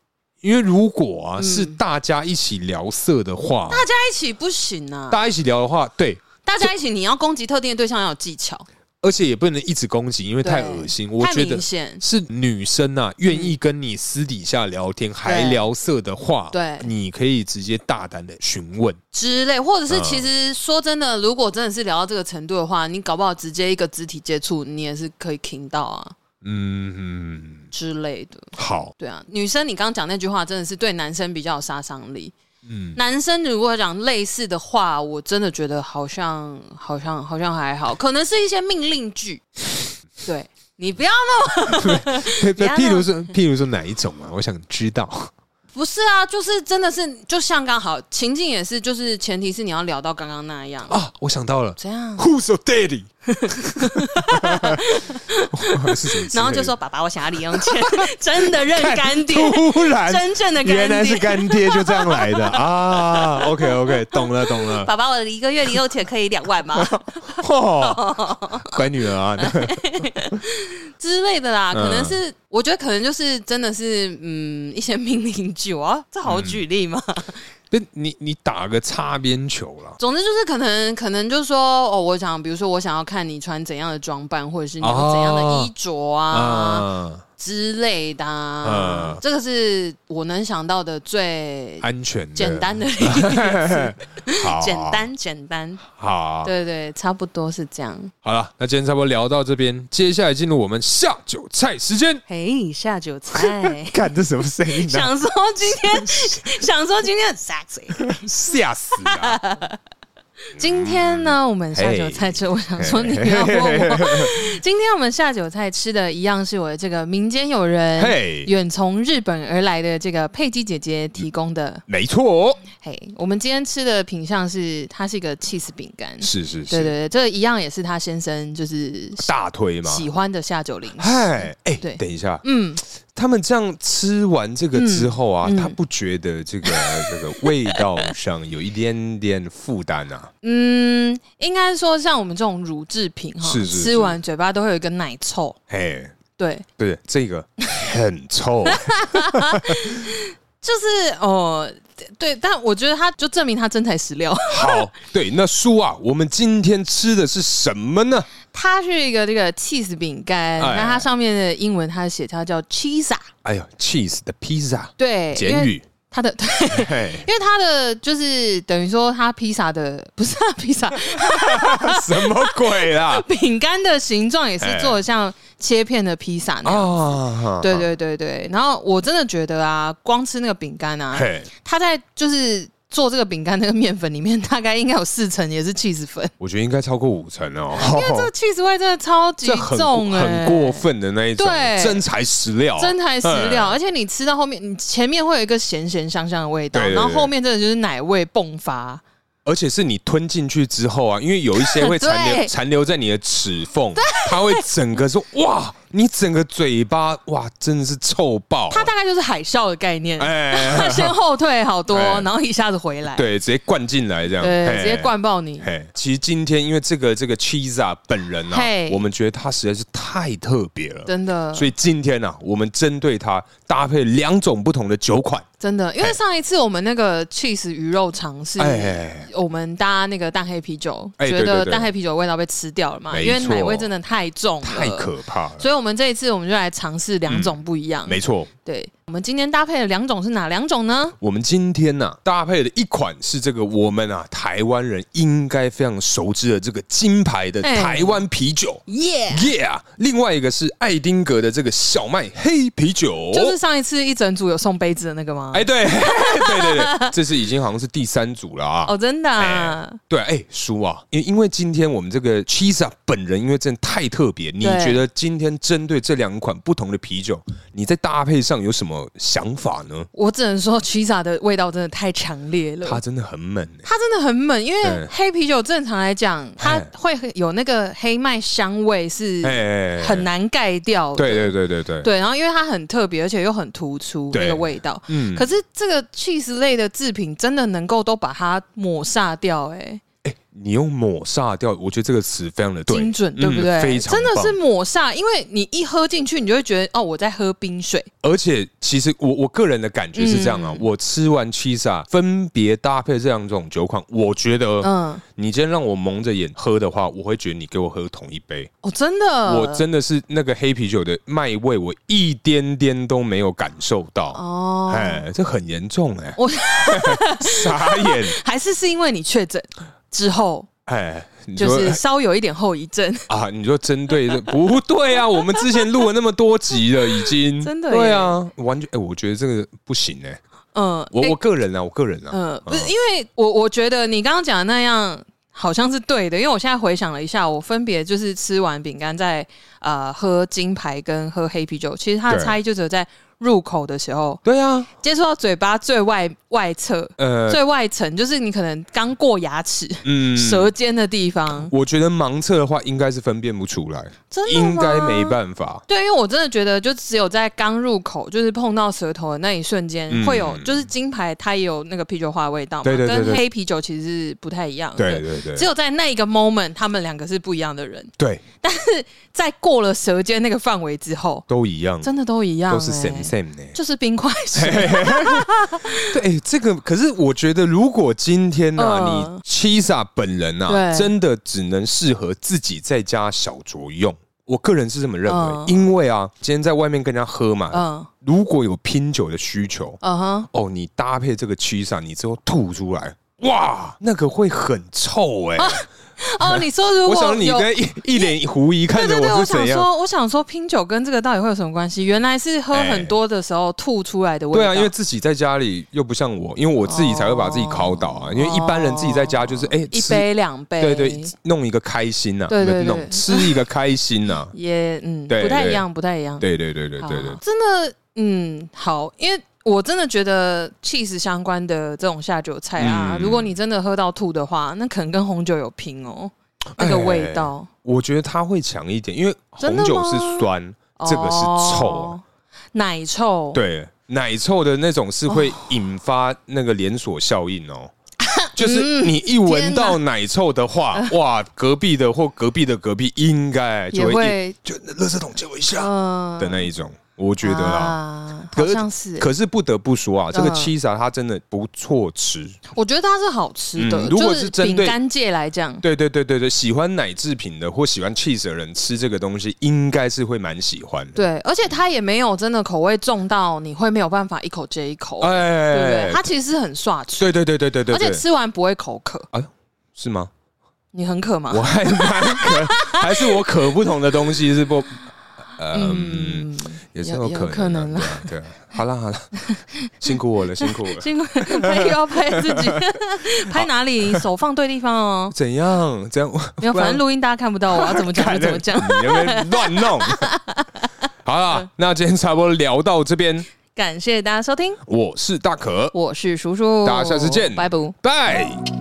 Speaker 1: 因为如果啊、是大家一起聊色的话，
Speaker 2: 嗯大家一起不行啊，
Speaker 1: 大家一起聊的话，对，
Speaker 2: 大家一起你要攻击特定的对象要有技巧，
Speaker 1: 而且也不能一直攻击，因为
Speaker 2: 对
Speaker 1: 太恶心。我
Speaker 2: 太
Speaker 1: 觉得
Speaker 2: 明显。嗯
Speaker 1: 是女生啊，愿意跟你私底下聊天、还聊色的话，
Speaker 2: 对
Speaker 1: 你可以直接大胆的询问。
Speaker 2: 之类，或者是
Speaker 1: 嗯
Speaker 2: 其实说真的，如果真的是聊到这个程度的话，你搞不好直接一个肢体接触，你也是可以听到啊
Speaker 1: 嗯，
Speaker 2: 之类的。
Speaker 1: 好，
Speaker 2: 对啊，女生你刚刚讲那句话真的是对男生比较有杀伤力。
Speaker 1: 嗯，
Speaker 2: 男生如果讲类似的话，我真的觉得好像好像好像还好，可能是一些命令 句。对你不要那要
Speaker 1: 譬如说，譬如说哪一种啊？我想知道。
Speaker 2: 不是啊，就是真的是就像刚好情境也是，就是前提是你要聊到刚刚那样。
Speaker 1: 啊，我想到了。
Speaker 2: 怎样？
Speaker 1: Who's your daddy？是什么之类的
Speaker 2: 然后就 说：“爸爸，我想要零用钱，真的认
Speaker 1: 看
Speaker 2: 干爹，
Speaker 1: 突然
Speaker 2: 真正的
Speaker 1: 原
Speaker 2: 干
Speaker 1: 来是
Speaker 2: 爹。
Speaker 1: 干爹，就这样来 的啊。OK OK，懂了懂了。
Speaker 2: 爸爸，我一个月零用钱可以两万吗？
Speaker 1: 哦， 乖女儿啊，
Speaker 2: 之类的啦，
Speaker 1: 嗯
Speaker 2: 可能是、我觉得可能就是真的是嗯一些命令句啊，这好举例吗？
Speaker 1: 嗯不是你你打个擦边球啦。
Speaker 2: 总之就是可能可能就是说哦，我想比如说我想要看你穿怎样的装扮，或者是你有怎样的衣着啊、
Speaker 1: 啊，
Speaker 2: 之类的、啊
Speaker 1: 嗯
Speaker 2: 这个是我能想到的最
Speaker 1: 安全的
Speaker 2: 简，单的例子，
Speaker 1: 好，啊
Speaker 2: 简，单简单，
Speaker 1: 好，啊
Speaker 2: 对对，差不多是这样。
Speaker 1: 好了，那今天差不多聊到这边，接下来进入我们下酒菜时间。。
Speaker 2: 嘿，下酒菜
Speaker 1: 看这什么声音啊呢？
Speaker 2: 想说今天， 想说今天很 sexy。
Speaker 1: 吓死啊了！
Speaker 2: 今天呢，我们下酒菜吃，我想说你要问我。今天我们下酒菜吃的一样是我的这个民间友人
Speaker 1: 嘿
Speaker 2: 远从日本而来的这个佩姬姐姐提供的。
Speaker 1: 没错，哦
Speaker 2: 嘿，我们今天吃的品相是它是一个 cheese 饼干，
Speaker 1: 是是是，
Speaker 2: 对对对，这一样也是她先生就是
Speaker 1: 大推嘛。
Speaker 2: 喜欢的下酒零食。
Speaker 1: 嗨，哎、
Speaker 2: 对
Speaker 1: 等一下，
Speaker 2: 嗯，
Speaker 1: 他们这样吃完这个之后啊，
Speaker 2: 嗯嗯
Speaker 1: 他不觉得这 个这个味道上有一点点负担啊？
Speaker 2: 嗯，应该说像我们这种乳制品哈，
Speaker 1: 是是
Speaker 2: 吃完嘴巴都会有一个奶臭。
Speaker 1: 嘿，
Speaker 2: 对，
Speaker 1: 不是这个很 臭，
Speaker 2: 就是哦、对，但我觉得它就证明它真材实料。
Speaker 1: 好，对，那叔啊，我们今天吃的是什么呢？
Speaker 2: 它是一个这个 cheese 饼干，
Speaker 1: 哎
Speaker 2: 那它上面的英文它写它叫 cheese，a
Speaker 1: 哎呦，cheese 的披萨，
Speaker 2: 对，因
Speaker 1: 简
Speaker 2: 为
Speaker 1: 语，
Speaker 2: 它的 对，
Speaker 1: 嘿，
Speaker 2: 因为它的就是等于说它披萨的不是它披萨
Speaker 1: 什么鬼啊啦？
Speaker 2: 饼干的形状也是
Speaker 1: 哎
Speaker 2: 做的像切片的披萨那样。
Speaker 1: 啊，
Speaker 2: 对，对对对，然后我真的觉得啊，光吃那个饼干啊，
Speaker 1: 嘿，
Speaker 2: 它在就是做这个饼干那个面粉里面，大概应该有四成也是 cheese 粉，
Speaker 1: 我觉得应该超过五成哦，
Speaker 2: 这个 cheese 味真的超级
Speaker 1: 这很
Speaker 2: 重
Speaker 1: 很
Speaker 2: 哎、
Speaker 1: 过分的那一种，
Speaker 2: 对
Speaker 1: 真材实料，
Speaker 2: 真材实料，
Speaker 1: 哎
Speaker 2: 而且你吃到后面，你前面会有一个咸咸香香的味道，
Speaker 1: 对对对
Speaker 2: 然后后面真的就是奶味迸发，
Speaker 1: 而且是你吞进去之后啊，因为有一些会残留
Speaker 2: 对
Speaker 1: 残留在你的齿缝，它会整个说哇，你整个嘴巴哇，真的是臭爆
Speaker 2: 它
Speaker 1: 啊，
Speaker 2: 大概就是海啸的概念，
Speaker 1: 哎，
Speaker 2: 先后退好多，
Speaker 1: 哎
Speaker 2: 然后一下子回来，
Speaker 1: 对，哎直接灌进来这样，
Speaker 2: 对，
Speaker 1: 嘿
Speaker 2: 直接灌爆你。
Speaker 1: 嘿，其实今天因为这个这个 Chisa 本人啊
Speaker 2: 嘿，
Speaker 1: 我们觉得他实在是太特别了，
Speaker 2: 真的，
Speaker 1: 所以今天啊，我们针对他搭配两种不同的酒款，
Speaker 2: 真的，因为上一次我们那个 cheese 鱼肉肠是
Speaker 1: 哎，
Speaker 2: 我们搭那个淡黑啤酒，
Speaker 1: 哎
Speaker 2: 觉
Speaker 1: 对对
Speaker 2: 得
Speaker 1: 对
Speaker 2: 淡黑啤酒的味道被吃掉了嘛，
Speaker 1: 没
Speaker 2: 因为
Speaker 1: 错
Speaker 2: 奶味真的太重了，
Speaker 1: 太可怕了，嗯
Speaker 2: 所以我们这一次我们就来尝试两种不一样。
Speaker 1: 没错。
Speaker 2: 对，我们今天搭配的两种是哪两种呢？
Speaker 1: 我们今天呢、搭配的一款是这个我们啊台湾人应该非常熟知的这个金牌的
Speaker 2: 哎
Speaker 1: 台湾啤酒。
Speaker 2: 耶、
Speaker 1: Yeah，另外一个是爱丁格的这个小麦黑啤酒，
Speaker 2: 就是上一次一整组有送杯子的那个
Speaker 1: 哦
Speaker 2: 吗？
Speaker 1: 哎，对 对对对，这是已经好像是第三组了啊。
Speaker 2: 哦，真的、啊
Speaker 1: 对，哎，叔啊，因因为今天我们这个 Chisa 本人，因为真的太特别，你
Speaker 2: 对
Speaker 1: 觉得今天针对这两款不同的啤酒，你在搭配上有什么想法呢？
Speaker 2: 我只能说 Chisa 的味道真的太强烈了。
Speaker 1: 它真的很猛、欸，
Speaker 2: 它真的很猛，因
Speaker 1: 对
Speaker 2: 为黑啤酒正常来讲，它
Speaker 1: 哎
Speaker 2: 会有那个黑麦香味是
Speaker 1: 哎哎，哎
Speaker 2: 很。难盖掉的。
Speaker 1: 对对对对对，
Speaker 2: 对，然后因为它很特别，而且又很突出
Speaker 1: 对
Speaker 2: 那个味道。
Speaker 1: 嗯
Speaker 2: 可是这个 cheese 类的制品真的能够都把它抹杀掉、哎，
Speaker 1: 你用抹杀掉，我觉得这个词非常的对
Speaker 2: 精准，
Speaker 1: 嗯
Speaker 2: 对不对？
Speaker 1: 非常
Speaker 2: 真的
Speaker 1: 棒
Speaker 2: 是抹杀，因为你一喝进去，你就会觉得哦，我在喝冰水。
Speaker 1: 而且其实我我个人的感觉是这样
Speaker 2: 嗯
Speaker 1: 啊，我吃完披萨分别搭配这两种酒款，我觉得
Speaker 2: 嗯，
Speaker 1: 你今天让我蒙着眼喝的话，我会觉得你给我喝同一杯，
Speaker 2: 哦，真的，
Speaker 1: 我真的是那个黑啤酒的麦味，我一点点都没有感受到。
Speaker 2: 哦，
Speaker 1: 哎，这很严重哎、
Speaker 2: 我
Speaker 1: 傻眼
Speaker 2: 还是是因为你确诊之后，
Speaker 1: 哎，你
Speaker 2: 就
Speaker 1: 说
Speaker 2: 是稍有一点后遗症。
Speaker 1: 啊，你说针对这不对啊，我们之前录了那么多集了，已经
Speaker 2: 真的耶
Speaker 1: 对啊，完全哎、我觉得这个不行哎、
Speaker 2: 嗯，
Speaker 1: 我、
Speaker 2: 哎
Speaker 1: 我个人啊，我个人啊，
Speaker 2: 嗯，不是，因为我我觉得你刚刚讲的那样好像是对的，因为我现在回想了一下，我分别就是吃完饼干在呃喝金牌跟喝黑啤酒，其实它的
Speaker 1: 对
Speaker 2: 差异就只有在入口的时候
Speaker 1: 对啊，
Speaker 2: 接触到嘴巴最外外侧、
Speaker 1: 呃，
Speaker 2: 最外层，就是你可能刚过牙齿、
Speaker 1: 嗯
Speaker 2: 舌尖的地方，
Speaker 1: 我觉得盲测的话，应该是分辨不出来，
Speaker 2: 真的吗
Speaker 1: 应该没。办法。
Speaker 2: 对，因为我真的觉得，就只有在刚入口，就是碰到舌头的那一瞬间，
Speaker 1: 嗯
Speaker 2: 会有，就是金牌它也有那个啤酒花的味道嘛，
Speaker 1: 对对对对
Speaker 2: 跟黑啤酒其实是不太一样的。
Speaker 1: 对对对，
Speaker 2: 只有在那一个 moment，他们两个是不一样的人。
Speaker 1: 对
Speaker 2: 在过了舌尖那个范围之后，
Speaker 1: 都一样，
Speaker 2: 真的都一样、
Speaker 1: 嗯都是
Speaker 2: 欸
Speaker 1: same same 呢。
Speaker 2: 就是冰块 水。
Speaker 1: 对，哎这个可是我觉得，如果今天啊，
Speaker 2: 嗯
Speaker 1: 你 Chisa 本人啊，
Speaker 2: 对
Speaker 1: 真的只能适合自己在家小酌用。我个人是这么认为
Speaker 2: 嗯，
Speaker 1: 因为啊，今天在外面跟人家喝嘛，
Speaker 2: 嗯
Speaker 1: 如果有拼酒的需求，
Speaker 2: 嗯哼，
Speaker 1: 哦，你搭配这个 Chisa，你之后吐出来，哇，那个会很臭哎。
Speaker 2: 哦，你说如
Speaker 1: 我
Speaker 2: 果
Speaker 1: 想你
Speaker 2: 有。
Speaker 1: 跟一一脸狐疑看
Speaker 2: 对
Speaker 1: 着
Speaker 2: 对对，
Speaker 1: 我
Speaker 2: 我
Speaker 1: 是啊怎
Speaker 2: 想
Speaker 1: 样。
Speaker 2: 说，我想说，拼酒跟这个到底会有什么关系？原来是喝很多的时候吐出来的味道。
Speaker 1: 哎对啊，因为自己在家里又不像我，因为我自己才会把自己烤倒啊。因为一般人自己在家就是哎、
Speaker 2: 哦一
Speaker 1: 吃
Speaker 2: 杯两杯，
Speaker 1: 对对，弄一个开心呐、
Speaker 2: 对对对
Speaker 1: 弄吃一个开心呐、
Speaker 2: 也 嗯，
Speaker 1: 对
Speaker 2: 不太
Speaker 1: 对
Speaker 2: 一样，不太一样。
Speaker 1: 对对对对
Speaker 2: 好
Speaker 1: 对
Speaker 2: 好
Speaker 1: 对
Speaker 2: 好，真的，嗯，好，因为我真的觉得 cheese 相关的这种下酒菜啊，
Speaker 1: 嗯
Speaker 2: 如果你真的喝到吐的话，那可能跟红酒有拼哦，
Speaker 1: 哎
Speaker 2: 那个味道，
Speaker 1: 我觉得它会强一点，因为红
Speaker 2: 真的
Speaker 1: 酒
Speaker 2: 吗
Speaker 1: 是酸，这个是臭啊
Speaker 2: 哦奶臭，
Speaker 1: 对，奶臭的那种是会引发那个连锁效应 哦。就是
Speaker 2: 嗯
Speaker 1: 你一闻到奶臭的 话，哇，隔壁的或隔壁的隔壁应该就
Speaker 2: 也
Speaker 1: 会
Speaker 2: 会，
Speaker 1: 就垃圾桶借我一下
Speaker 2: 嗯
Speaker 1: 的那一种，我觉得啦。
Speaker 2: 啊
Speaker 1: 可
Speaker 2: 好
Speaker 1: 是
Speaker 2: 像是。
Speaker 1: 可是不得不说啊，这个
Speaker 2: 嗯
Speaker 1: 披萨它真的不错吃。
Speaker 2: 我觉得它是好吃的，
Speaker 1: 嗯如果
Speaker 2: 就是
Speaker 1: 针
Speaker 2: 饼
Speaker 1: 对
Speaker 2: 干界来讲，
Speaker 1: 对对对对对，喜欢奶制品的或喜欢 cheese 的人吃这个东西，应该是会蛮喜欢的。
Speaker 2: 对，而且它也没有真的口味重到你会没有办法一口接一口，对不对？
Speaker 1: 哎
Speaker 2: 它，其实很刷嘴，
Speaker 1: 对对对对对对
Speaker 2: 而且
Speaker 1: 对，
Speaker 2: 吃完不会口渴。
Speaker 1: 是吗？
Speaker 2: 你很渴吗？
Speaker 1: 我还蛮渴，还是我渴不同的东西是不？嗯，
Speaker 2: 嗯，
Speaker 1: 也是有
Speaker 2: 有有
Speaker 1: 可能啊，
Speaker 2: 可能
Speaker 1: 对啊。对啊，好了 好了，辛苦我了，辛苦我了。
Speaker 2: 辛苦拍又要拍自 己，拍哪里？手放对地方哦。
Speaker 1: 怎样？怎样？
Speaker 2: 没有，
Speaker 1: 不然
Speaker 2: 反正录音大家看不到，我要怎么讲就怎么讲。嗯
Speaker 1: 你有没有乱 弄？好了，那今天差不多聊到这边，
Speaker 2: 感谢大家收听，
Speaker 1: 我是大可，
Speaker 2: 我是叔叔，
Speaker 1: 大家下次见
Speaker 2: 拜拜。
Speaker 1: 拜。